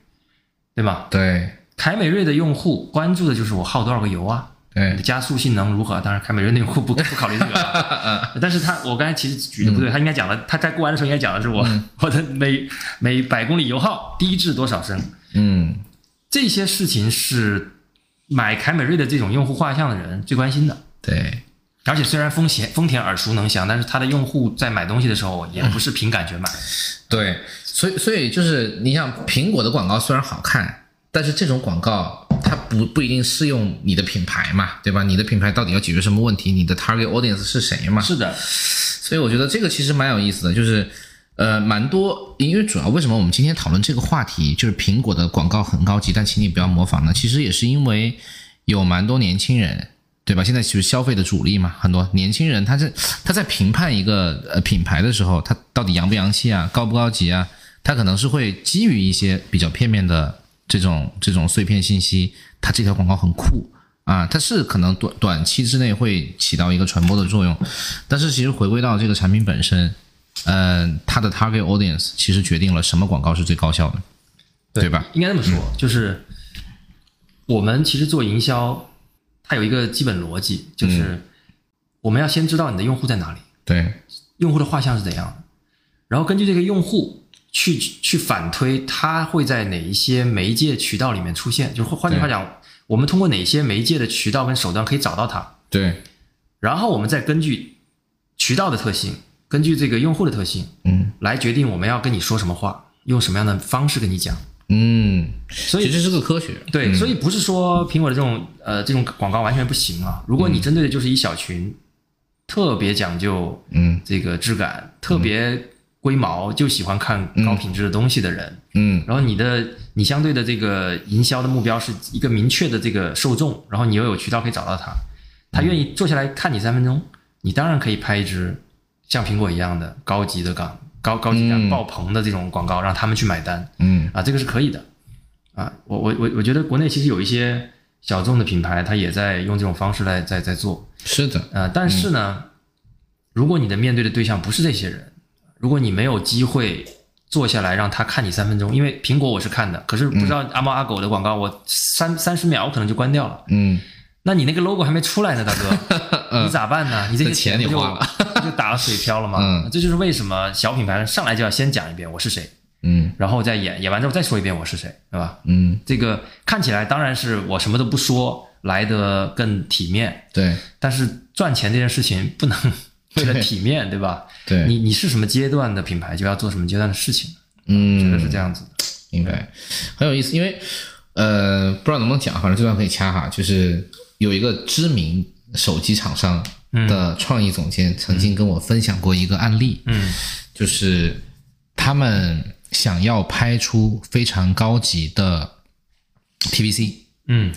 A: 对吧？
B: 对
A: 凯美瑞的用户关注的就是我耗多少个油啊，你
B: 对
A: 的，加速性能如何？当然，凯美瑞的用户不 不考虑这个
B: 嗯
A: 啊， 但是他我刚才其实举的不对，他应该讲了，他在过完的时候应该讲的是我、
B: 嗯
A: 我的每每百公里油耗低至多少升，
B: 嗯
A: 这些事情是买凯美瑞的这种用户画像的人最关心的。
B: 对，
A: 而且虽然丰田丰田耳熟能详，但是它的用户在买东西的时候也不是凭感觉买，
B: 嗯对，所以所以就是你想，苹果的广告虽然好看，但是这种广告它不不一定适用你的品牌嘛，对吧？你的品牌到底要解决什么问题？你的 target audience 是谁嘛？
A: 是的，
B: 所以我觉得这个其实蛮有意思的，就是呃，蛮多，因为主要为什么我们今天讨论这个话题，就是苹果的广告很高级，但请你不要模仿呢？其实也是因为有蛮多年轻人。对吧？现在其实消费的主力嘛，很多年轻人他是他在评判一个呃品牌的时候，他到底洋不洋气啊，高不高级啊，他可能是会基于一些比较片面的这种这种碎片信息，他这条广告很酷啊，它是可能短短期之内会起到一个传播的作用，但是其实回归到这个产品本身，嗯、它的 target audience 其实决定了什么广告是最高效的，对吧？嗯
A: 应该这么说，就是我们其实做营销，它有一个基本逻辑，
B: 嗯
A: 就是我们要先知道你的用户在哪里，
B: 对，
A: 用户的画像是怎样的，然后根据这个用户去去反推他会在哪一些媒介渠道里面出现，就是换换句话讲，我们通过哪些媒介的渠道跟手段可以找到他，
B: 对，
A: 然后我们再根据渠道的特性，根据这个用户的特性，
B: 嗯
A: 来决定我们要跟你说什么话，用什么样的方式跟你讲。
B: 嗯，
A: 所
B: 其
A: 以
B: 实嗯是个科学，
A: 对，所以不是说苹果的这种呃这种广告完全不行啊。如果
B: 嗯
A: 你针对的就是一小群，特别讲究
B: 嗯
A: 这个质感，特别龟毛，就喜欢看高品质的东西的人，
B: 嗯
A: 然后你的你相对的这个营销的目标是一个明确的这个受众，然后你又有渠道可以找到他，他愿意坐下来看你三分钟，你当然可以拍一支像苹果一样的高级的广高高级感爆棚的这种广告，让他们去买单
B: 嗯
A: 啊，这个是可以的啊。我我我我觉得国内其实有一些小众的品牌，它也在用这种方式来在在做
B: 是的，
A: 啊，但是呢，如果你的面对的对象不是这些人，如果你没有机会坐下来让他看你三分钟，因为苹果我是看的，可是
B: 嗯
A: 不知道阿猫阿狗的广告，我三三十秒我可能就关掉了。
B: 嗯
A: 那你那个 logo 还没出来呢，大 哥，你咋办呢？你这些
B: 嗯这钱
A: 不
B: 你
A: 就
B: 花了，
A: 不就打了水漂了吗？
B: 嗯
A: 这就是为什么小品牌上来就要先讲一遍我是谁，
B: 嗯
A: 然后再演演完之后再说一遍我是谁，对吧？
B: 嗯，
A: 这个看起来当然是我什么都不说来得更体面，
B: 对
A: 但是赚钱这件事情不能 为了
B: 对
A: 体面，对吧？
B: 对，
A: 你你是什么阶段的品牌，就要做什么阶段的事情，
B: 嗯
A: 觉得是这样子的。
B: 明白，很有意思，因为呃，不知道能不能讲，反正这段可以掐哈。就是有一个知名手机厂商的创意总监曾经跟我分享过一个案例，
A: 嗯
B: 就是他们想要拍出非常高级的 PVC，
A: 嗯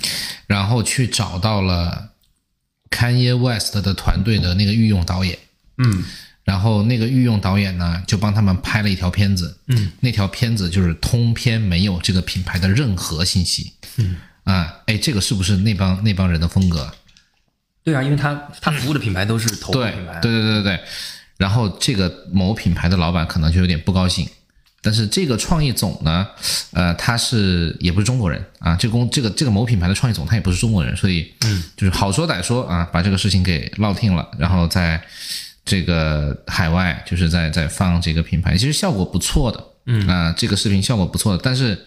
B: 然后去找到了 Kanye West 的团队的那个御用导演，
A: 嗯
B: 然后那个御用导演呢，就帮他们拍了一条片子。
A: 嗯，
B: 那条片子就是通篇没有这个品牌的任何信息。嗯，啊，哎，这个是不是那帮那帮人的风格？
A: 对啊，因为他他服务的品牌都是头部
B: 对，
A: 品牌，啊
B: 对对对对对。然后这个某品牌的老板可能就有点不高兴，但是这个创意总呢，呃，他是也不是中国人啊，这公这个这个某品牌的创意总他也不是中国人，所以就是好说歹说啊，把这个事情给落定了，然后在这个海外就是在在放这个品牌，其实效果不错的，嗯啊、这个视频效果不错的，但是。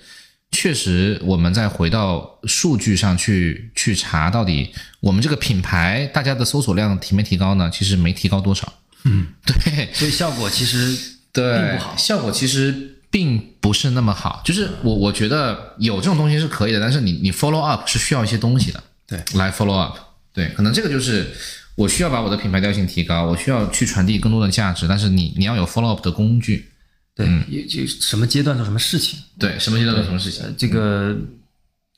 B: 确实，我们再回到数据上去去查，到底我们这个品牌大家的搜索量提没提高呢？其实没提高多少。
A: 嗯，
B: 对
A: 所以效果其实并不好
B: 效果其实并不是那么好。就是我我觉得有这种东西是可以的，但是你你 follow up 是需要一些东西的，
A: 对，
B: 来 follow up。对，可能这个就是我需要把我的品牌调性提高，我需要去传递更多的价值，但是你你要有 follow up 的工具。
A: 对，
B: 嗯
A: 也就什么阶段做什么事情，
B: 对，什么阶段做什么事情
A: 呃，？这个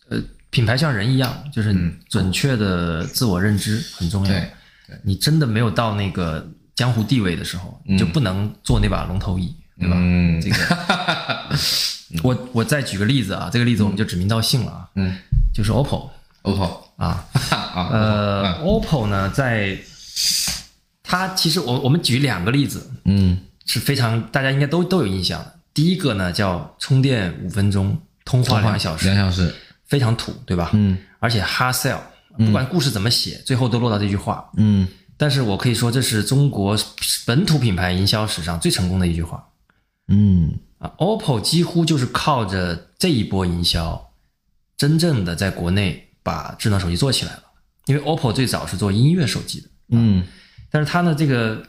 A: 呃，品牌像人一样，就是准确的自我认知很重要。
B: 嗯对
A: 你真的没有到那个江湖地位的时候，你就不能做那把龙头椅，对吧？
B: 嗯
A: 这个，我我再举个例子啊，这个例子我们就指名道姓了啊，
B: 嗯
A: 就是 OPPO
B: ，OPPO
A: 啊，
B: 啊，
A: 呃，OPPO 呢，在它其实我我们举两个例子，
B: 嗯
A: 是非常大家应该都都有印象的。第一个呢叫充电五分钟，通话两小时，
B: 两小时，
A: 非常土，对吧？
B: 嗯
A: 而且哈 sell，不管故事怎么写，最后都落到这句话。
B: 嗯。
A: 但是我可以说，这是中国本土品牌营销史上最成功的一句话
B: 嗯
A: 啊。OPPO 几乎就是靠着这一波营销，真正的在国内把智能手机做起来了。因为 OPPO 最早是做音乐手机的，
B: 嗯
A: 但是它呢，这个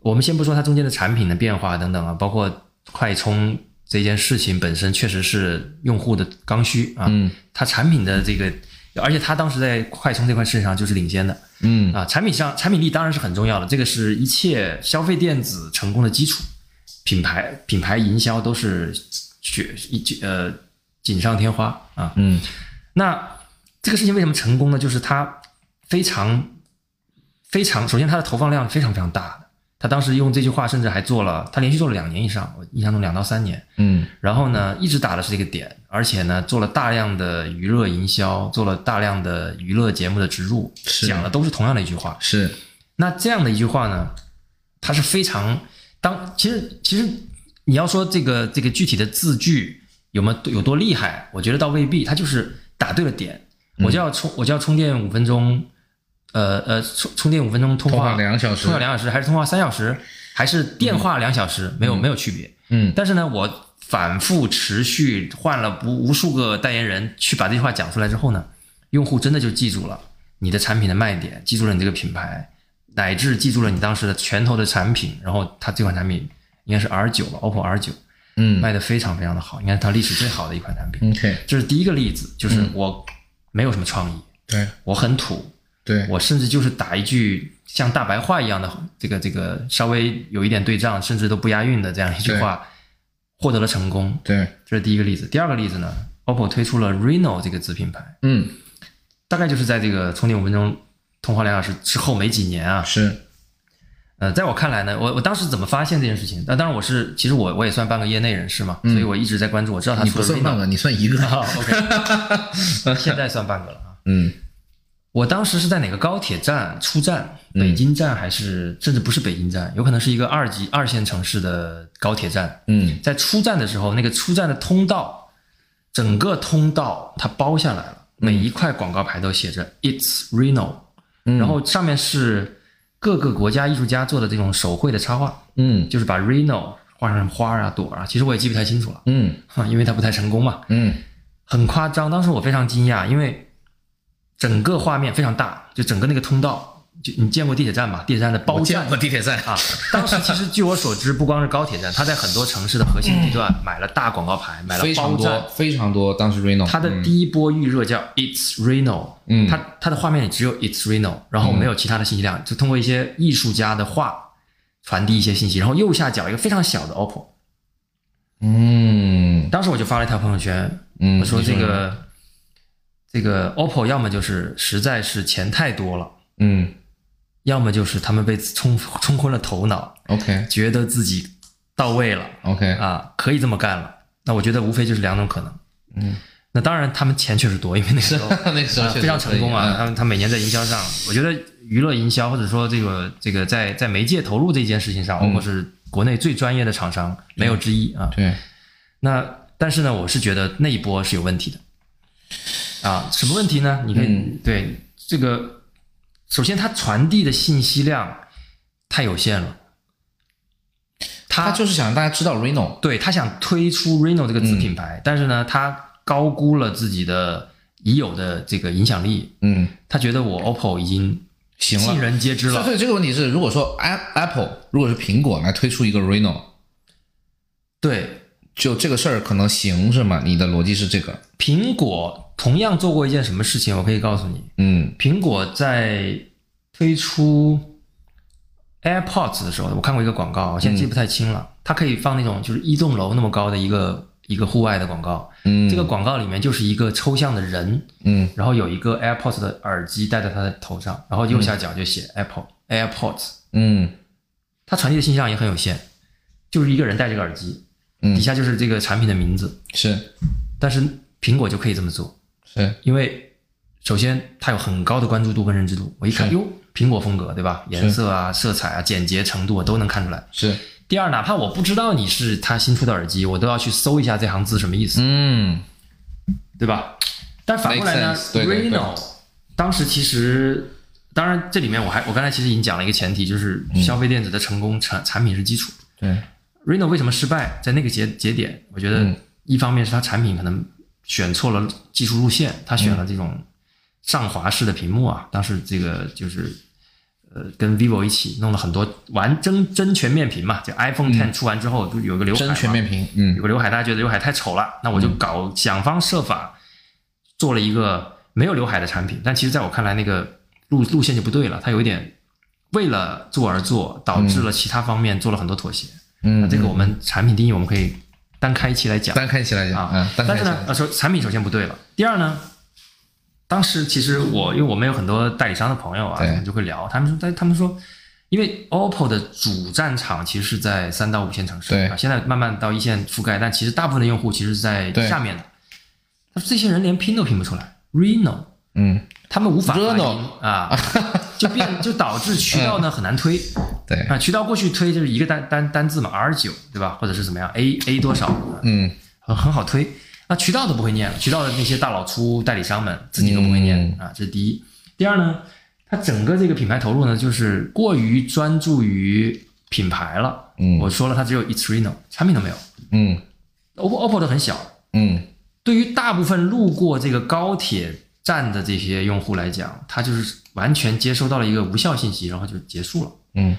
A: 我们先不说它中间的产品的变化等等啊，包括快充这件事情本身确实是用户的刚需啊。
B: 嗯
A: 它产品的这个，而且它当时在快充这块市场就是领先的
B: 嗯
A: 啊。产品上产品力当然是很重要的，这个是一切消费电子成功的基础，品牌品牌营销都是雪一呃锦上添花啊。
B: 嗯
A: 那这个事情为什么成功呢？就是它非常非常，首先它的投放量非常非常大的。他当时用这句话，甚至还做了，他连续做了两年以上，我印象中两到三年。
B: 嗯
A: 然后呢，一直打的是这个点，而且呢，做了大量的娱乐营销，做了大量的娱乐节目的植入，
B: 是
A: 讲的都是同样的一句话。
B: 是
A: 那这样的一句话呢，它是非常当其实其实你要说这个这个具体的字句有没有有多厉害，我觉得倒未必，它就是打对了点。
B: 嗯
A: 我就要充我就要充电五分钟，呃呃充充电五分钟通
B: 通话
A: 话
B: 两小时
A: 通话两小时还是通话三小时还是电话两小时，没有没有区别。
B: 嗯
A: 但是呢，我反复持续换了不无数个代言人去把这句话讲出来之后呢，用户真的就记住了你的产品的卖点，记住了你这个品牌，乃至记住了你当时的拳头的产品。然后它这款产品应该是 R 九吧，OPPO R 九
B: 嗯
A: 卖的非常非常的好，应该是它历史最好的一款产品。
B: ，OK，
A: 这是第一个例子，就是我没有什么创意，
B: 对
A: 我很土，
B: 对
A: 我甚至就是打一句像大白话一样的这个这个稍微有一点对仗，甚至都不押韵的这样一句话，获得了成功。
B: 对，
A: 这是第一个例子。第二个例子呢，OPPO 推出了 Reno 这个子品牌，
B: 嗯
A: 大概就是在这个充电五分钟、通话两小时之后没几年啊。
B: 是
A: 呃，在我看来呢，我我当时怎么发现这件事情？那当然我是，其实我我也算半个业内人士嘛，所以我一直在关注。我知道他
B: 嗯你
A: 出
B: 不
A: 了
B: 算
A: Reno，
B: 半个，你算一个，
A: 啊，OK，现 在算半个了啊。
B: 嗯
A: 我当时是在哪个高铁站出站？北京站还是、甚至不是北京站，有可能是一个二级二线城市的高铁站。
B: 嗯
A: 在出站的时候，那个出站的通道，整个通道它包下来了，每一块广告牌都写着 “It's Reno”，、然
B: 嗯
A: 后上面是各个国家艺术家做的这种手绘的插画，
B: 嗯
A: 就是把 Reno 画上花啊朵啊，其实我也记不太清楚了，
B: 嗯
A: 哈因为它不太成功嘛。
B: 嗯
A: 很夸张，当时我非常惊讶，因为整个画面非常大，就整个那个通道，就你见过地铁站吧？地铁站的包
B: 我
A: 站
B: 见过地铁站，
A: 啊。当时其实据我所知，不光是高铁站，它在很多城市的核心地段买了大广告牌，买了
B: 非
A: 包
B: 常
A: 站
B: 多。非常多，当时 Reno
A: 它的第一波预热叫 It's Reno，
B: 嗯
A: 它它的画面里只有 It's Reno，然后没有其他的信息量，就通过一些艺术家的画传递一些信息。然后右下角一个非常小的 OPPO，
B: 嗯
A: 当时我就发了一条朋友圈，
B: 嗯
A: 我说
B: 你
A: 这
B: 说
A: 个这个 OPPO 要么就是实在是钱太多了，
B: 嗯
A: 要么就是他们被冲冲昏了头脑，
B: OK
A: 觉得自己到位了
B: OK
A: 啊，可以这么干了。那我觉得无非就是两种可能。
B: 嗯，
A: 那当然他们钱确实多，因为那个时候
B: 那个时候
A: 啊
B: 确实
A: 非常成功
B: 可
A: 啊
B: 以，嗯
A: 他们他每年在营销上，我觉得娱乐营销或者说这个这个在在媒介投入这件事情上，OPPO 是国内最专业的厂商，没有之一啊。
B: 对
A: 那但是呢，我是觉得那一波是有问题的啊。什么问题呢？你可以、
B: 嗯
A: 对这个，首先它传递的信息量太有限了，
B: 他
A: 它
B: 就是嗯想让大家知道 Reno，
A: 对他想推出 Reno 这个子品牌，但是呢，他高估了自己的已有的这个影响力，
B: 嗯，
A: 他觉得我 OPPO 已经
B: 行
A: 尽
B: 了。
A: 人皆知
B: 所以
A: 了。
B: 所以这个问题是，如果说 App- Apple 如果是苹果来推出一个 Reno，
A: 对，
B: 就这个事儿可能行是吗？你的逻辑是这个，
A: 苹果同样做过一件什么事情，我可以告诉你，
B: 嗯
A: 苹果在推出 AirPods 的时候，我看过一个广告，我现在记不太清
B: 嗯
A: 了，它可以放那种就是一栋楼那么高的一个一个户外的广告，
B: 嗯，
A: 这个广告里面就是一个抽象的人，
B: 嗯
A: 然后有一个 AirPods 的耳机戴在他的头上，然后右下角就写 Apple、AirPods，
B: 嗯
A: 它传递的信息量也很有限，就是一个人戴这个耳机，
B: 嗯
A: 底下就是这个产品的名字，
B: 是
A: 但是苹果就可以这么做，
B: 是
A: 因为首先它有很高的关注度跟认知度，我一看
B: 是
A: 哟，苹果风格对吧？颜色啊、色彩啊、简洁程度我都能看出来。
B: 是，
A: 第二，哪怕我不知道你是它新出的耳机，我都要去搜一下这行字什么意思。
B: 嗯
A: 对吧？但反过来呢
B: Makes sense，对对
A: r
B: 对
A: e n o 当时其实，当然这里面我还我刚才其实已经讲了一个前提，就是
B: 嗯
A: 消费电子的成功产、产品是基础。
B: 对
A: Reno 为什么失败，在那个节节点，我觉得
B: 嗯
A: 一方面是它产品可能选错了技术路线，它
B: 嗯
A: 选了这种上滑式的屏幕啊，当时这个就是。呃，跟 vivo 一起弄了很多完真真全面屏嘛，就 iPhone Ten 出完之后，不是有一个刘海
B: 真
A: 嘛
B: 嗯全面嗯屏，嗯
A: 有个刘海，大家觉得刘海太丑了，那我就搞想方设法做了一个没有刘海的产品。但其实在我看来，那个路路线就不对了，它有一点为了做而做，导致了其他方面做了很多妥协。那
B: 嗯，
A: 啊这个我们产品定义我们可以单开一期来讲
B: 单看起来讲，嗯
A: 啊，。
B: 单
A: 但
B: 看
A: 是
B: 起
A: 呢
B: 来，
A: 呃，说产品首先不对了，第二呢。当时其实我，因为我们有很多代理商的朋友啊，
B: 对
A: 我们就会聊，他们说，但他们说，因为 OPPO 的主战场其实是在三到五线城市，
B: 对
A: 啊，现在慢慢到一线覆盖，但其实大部分的用户其实是在
B: 对
A: 下面的。他说这些人连拼都拼不出来，Reno，
B: 嗯，
A: 他们无法
B: Reno 嗯
A: 反应啊，就变就导致渠道 呢很难推
B: 对，
A: 啊，渠道过去推就是一个单单单字嘛，R 九对吧，或者是怎么样，A A 多少，
B: 嗯，
A: 很很好推。那渠道都不会念了，渠道的那些大佬出代理商们自己都不会念、啊，这是第一。第二呢，它整个这个品牌投入呢，就是过于专注于品牌了。
B: 嗯
A: 我说了，它只有 It's Reno，产品都没有。
B: 嗯
A: OPPO OPPO 都很小，
B: 嗯
A: 对于大部分路过这个高铁站的这些用户来讲，他就是完全接收到了一个无效信息，然后就结束了。
B: 嗯，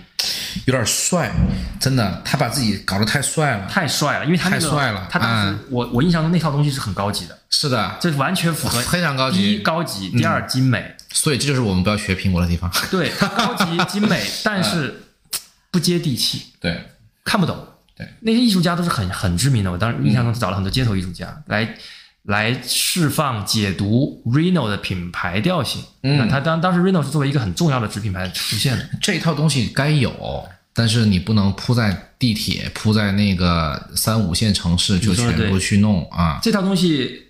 B: 有点帅，真的，他把自己搞得太帅了。
A: 太帅了，因为他那个
B: 太帅了
A: 他当时、
B: 嗯
A: 我我印象中那套东西是很高级的，
B: 是的，
A: 这完全符合
B: 哦非常高级嗯
A: 第一高级，第二精美。
B: 所以这就是我们不要学苹果的地方。
A: 对，它高级精 美，
B: 嗯
A: 但是不接地气，
B: 对，
A: 看不懂。
B: 对，
A: 那些艺术家都是很很知名的，我当时印象中找了很多街头艺术
B: 嗯
A: 家来来释放解读 Reno 的品牌调性。嗯，他当当时 Reno 是作为一个很重要的子品牌出现 的。
B: 这一套东西该有，但是你不能铺在地铁、铺在那个三五线城市就
A: 你说的
B: 全部
A: 对
B: 去弄啊。
A: 这套东西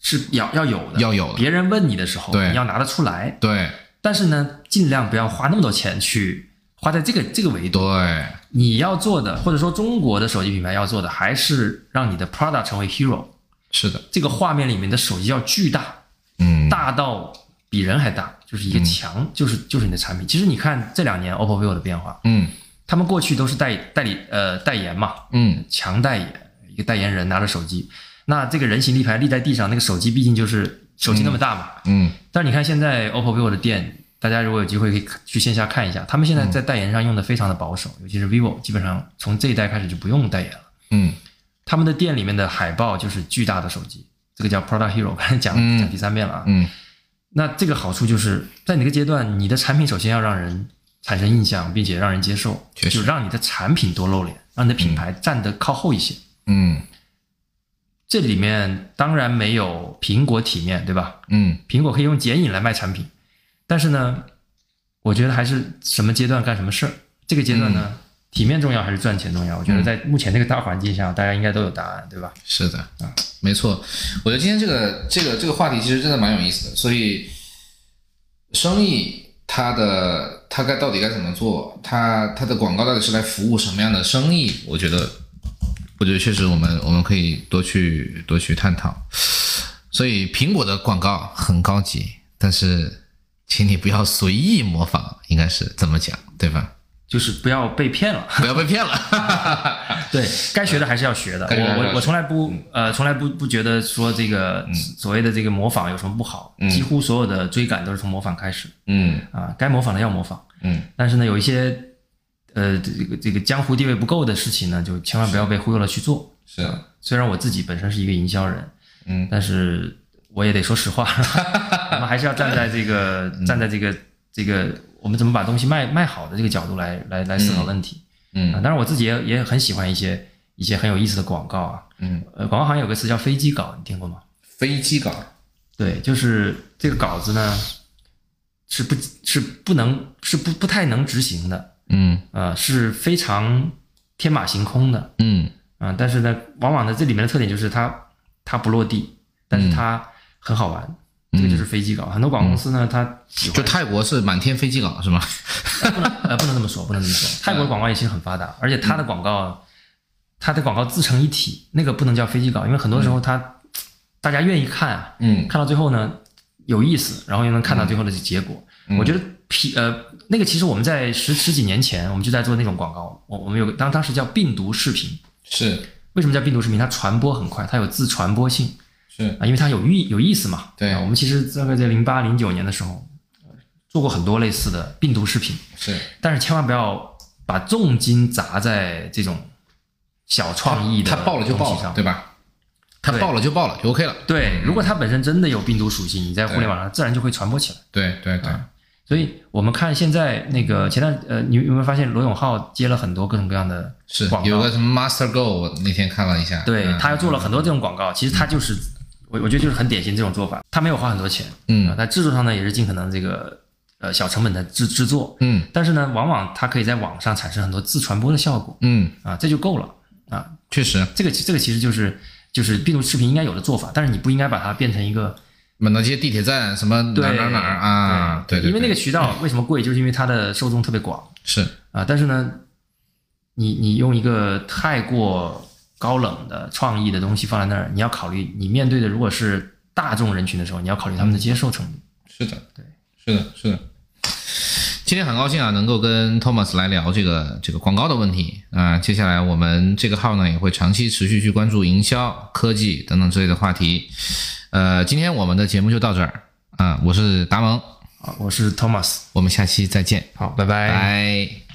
A: 是要要有的，
B: 要有的
A: 别人问你的时候，
B: 对
A: 你要拿得出来。
B: 对
A: 但是呢，尽量不要花那么多钱去花在这个这个维度
B: 对，
A: 你要做的，或者说中国的手机品牌要做的，还是让你的 Prada 成为 hero。
B: 是的，
A: 这个画面里面的手机要巨大，
B: 嗯，
A: 大到比人还大，就是一个墙，就是就是你的产品。其实你看这两年 OPPO、vivo 的变化，
B: 嗯
A: 他们过去都是代代理呃代言嘛，
B: 嗯，
A: 强代言，一个代言人拿着手机，那这个人形立牌立在地上，那个手机毕竟就是手机那么大嘛。
B: 嗯
A: 但是你看现在 OPPO、vivo 的店。大家如果有机会可以去线下看一下，他们现
B: 嗯
A: 在在代言上用的非常的保守，尤其是 vivo，基本上从这一代开始就不用代言了。
B: 嗯
A: 他们的店里面的海报就是巨大的手机，这个叫 Product Hero，刚才讲、
B: 嗯
A: 讲第三遍了啊。
B: 嗯，
A: 那这个好处就是在哪个阶段，你的产品首先要让人产生印象，并且让人接受，
B: 确实
A: 就让你的产品多露脸，让你的品牌站得靠后一些。
B: 嗯
A: 这里面当然没有苹果体面，对吧？
B: 嗯，
A: 苹果可以用剪影来卖产品，但是呢，我觉得还是什么阶段干什么事儿。这个阶段
B: 嗯
A: 呢，体面重要还是赚钱重要？我觉得在目前这个大环境下，大家应该都有答案，对吧？
B: 是的啊，没错。我觉得今天这个这个这个话题其实真的蛮有意思的，所以生意它的它该到底该怎么做，它它的广告到底是来服务什么样的生意，我觉得我觉得确实我们我们可以多去多去探讨。所以苹果的广告很高级，但是请你不要随意模仿，应该是这么讲，对吧？
A: 就是不要被骗了。
B: 不要被骗了。
A: 对该学的还是要学的。
B: 该学的嗯还是
A: 我
B: 要学
A: 我我从来不呃从来不不觉得说这个所谓的这个模仿有什么不好，几乎所有的追赶都是从模仿开始
B: 嗯
A: 啊，该模仿的要模仿。
B: 嗯，
A: 但是呢，有一些呃这个这个江湖地位不够的事情呢，就千万不要被忽悠了去做。
B: 是，
A: 呃虽然我自己本身是一个营销人，
B: 嗯，
A: 但是我也得说实 话，我们还是要站在这个站在这个这个我们怎么把东西卖卖好的这个角度来来来思考问题。
B: 嗯
A: 啊，当然我自己也也很喜欢一些一些很有意思的广告啊。
B: 嗯，
A: 呃，广告行业有个词叫飞机稿，你听过吗？
B: 飞机稿，
A: 对，就是这个稿子呢是不是不能是不不太能执行的，
B: 嗯
A: 呃，是非常天马行空的，
B: 嗯
A: 啊、但是呢，往往呢这里面的特点就是它它不落地，但是它很好玩。这个就是飞机稿，很多广告公司呢，它喜
B: 就
A: 欢
B: 泰国是满天飞机稿 是吗？
A: 不能呃不能这么说，不能这么说。 嗯泰国的广告也其实很发达，而且它的广告，它的广告自成一体，那个不能叫飞机稿，因为很多时候它、大家愿意看啊，
B: 嗯
A: 看到最后呢有意思，然后又能看到最后的结果。我觉得皮呃那个其实我们在十十几年前我们就在做那种广告，我我们有个当当时叫病毒视频，
B: 是
A: 为什么叫病毒视频？它传播很快，它有自传播性。
B: 是，
A: 啊，因为它有意有意思嘛。
B: 对
A: 啊我们其实大概在零八零九年的时候呃做过很多类似的病毒视频，
B: 是
A: 但是千万不要把重金砸在这种小创意的
B: 他爆了就爆
A: 东西
B: 了，
A: 上
B: 对吧？他
A: 对
B: 爆了就爆了，就 OK 了。
A: 对，如果它本身真的有病毒属性，你在互
B: 对
A: 联网上自然就会传播起来。
B: 对对对，
A: 所以我们看现在那个前段呃，你有没有发现罗永浩接了很多各种各样的
B: 是
A: 广告？
B: 有个什么 Master Go，我那天看了一下，
A: 对
B: 嗯
A: 他做了很多这种广告，其实他就是我我觉得就是很典型这种做法，他没有花很多钱，
B: 嗯
A: 啊，在制作上呢也是尽可能这个呃小成本的制制作，
B: 嗯
A: 但是呢，往往它可以在网上产生很多自传播的效果
B: 嗯，
A: 啊，这就够了啊，
B: 确实
A: 这个其这个其实就是就是病毒视频应该有的做法，但是你不应该把它变成一个
B: 满大街地铁站什么哪儿
A: 对
B: 哪儿哪儿啊，对对，
A: 因为那个
B: 对
A: 渠道为什么贵，就是因为它的受众特别广
B: 是
A: 啊，但是呢，你你用一个太过高冷的创意的东西放在那儿，你要考虑你面对的如果是大众人群的时候，你要考虑他们的接受程度。
B: 是的，
A: 对，
B: 是的，是的。今天很高兴啊，能够跟 Thomas 来聊这个这个广告的问题啊、接下来我们这个号呢也会长期持续去关注营销、科技等等之类的话题。呃，今天我们的节目就到这儿啊、我是达蒙，
A: 啊，我是 Thomas，
B: 我们下期再见，
A: 好，拜拜
B: 拜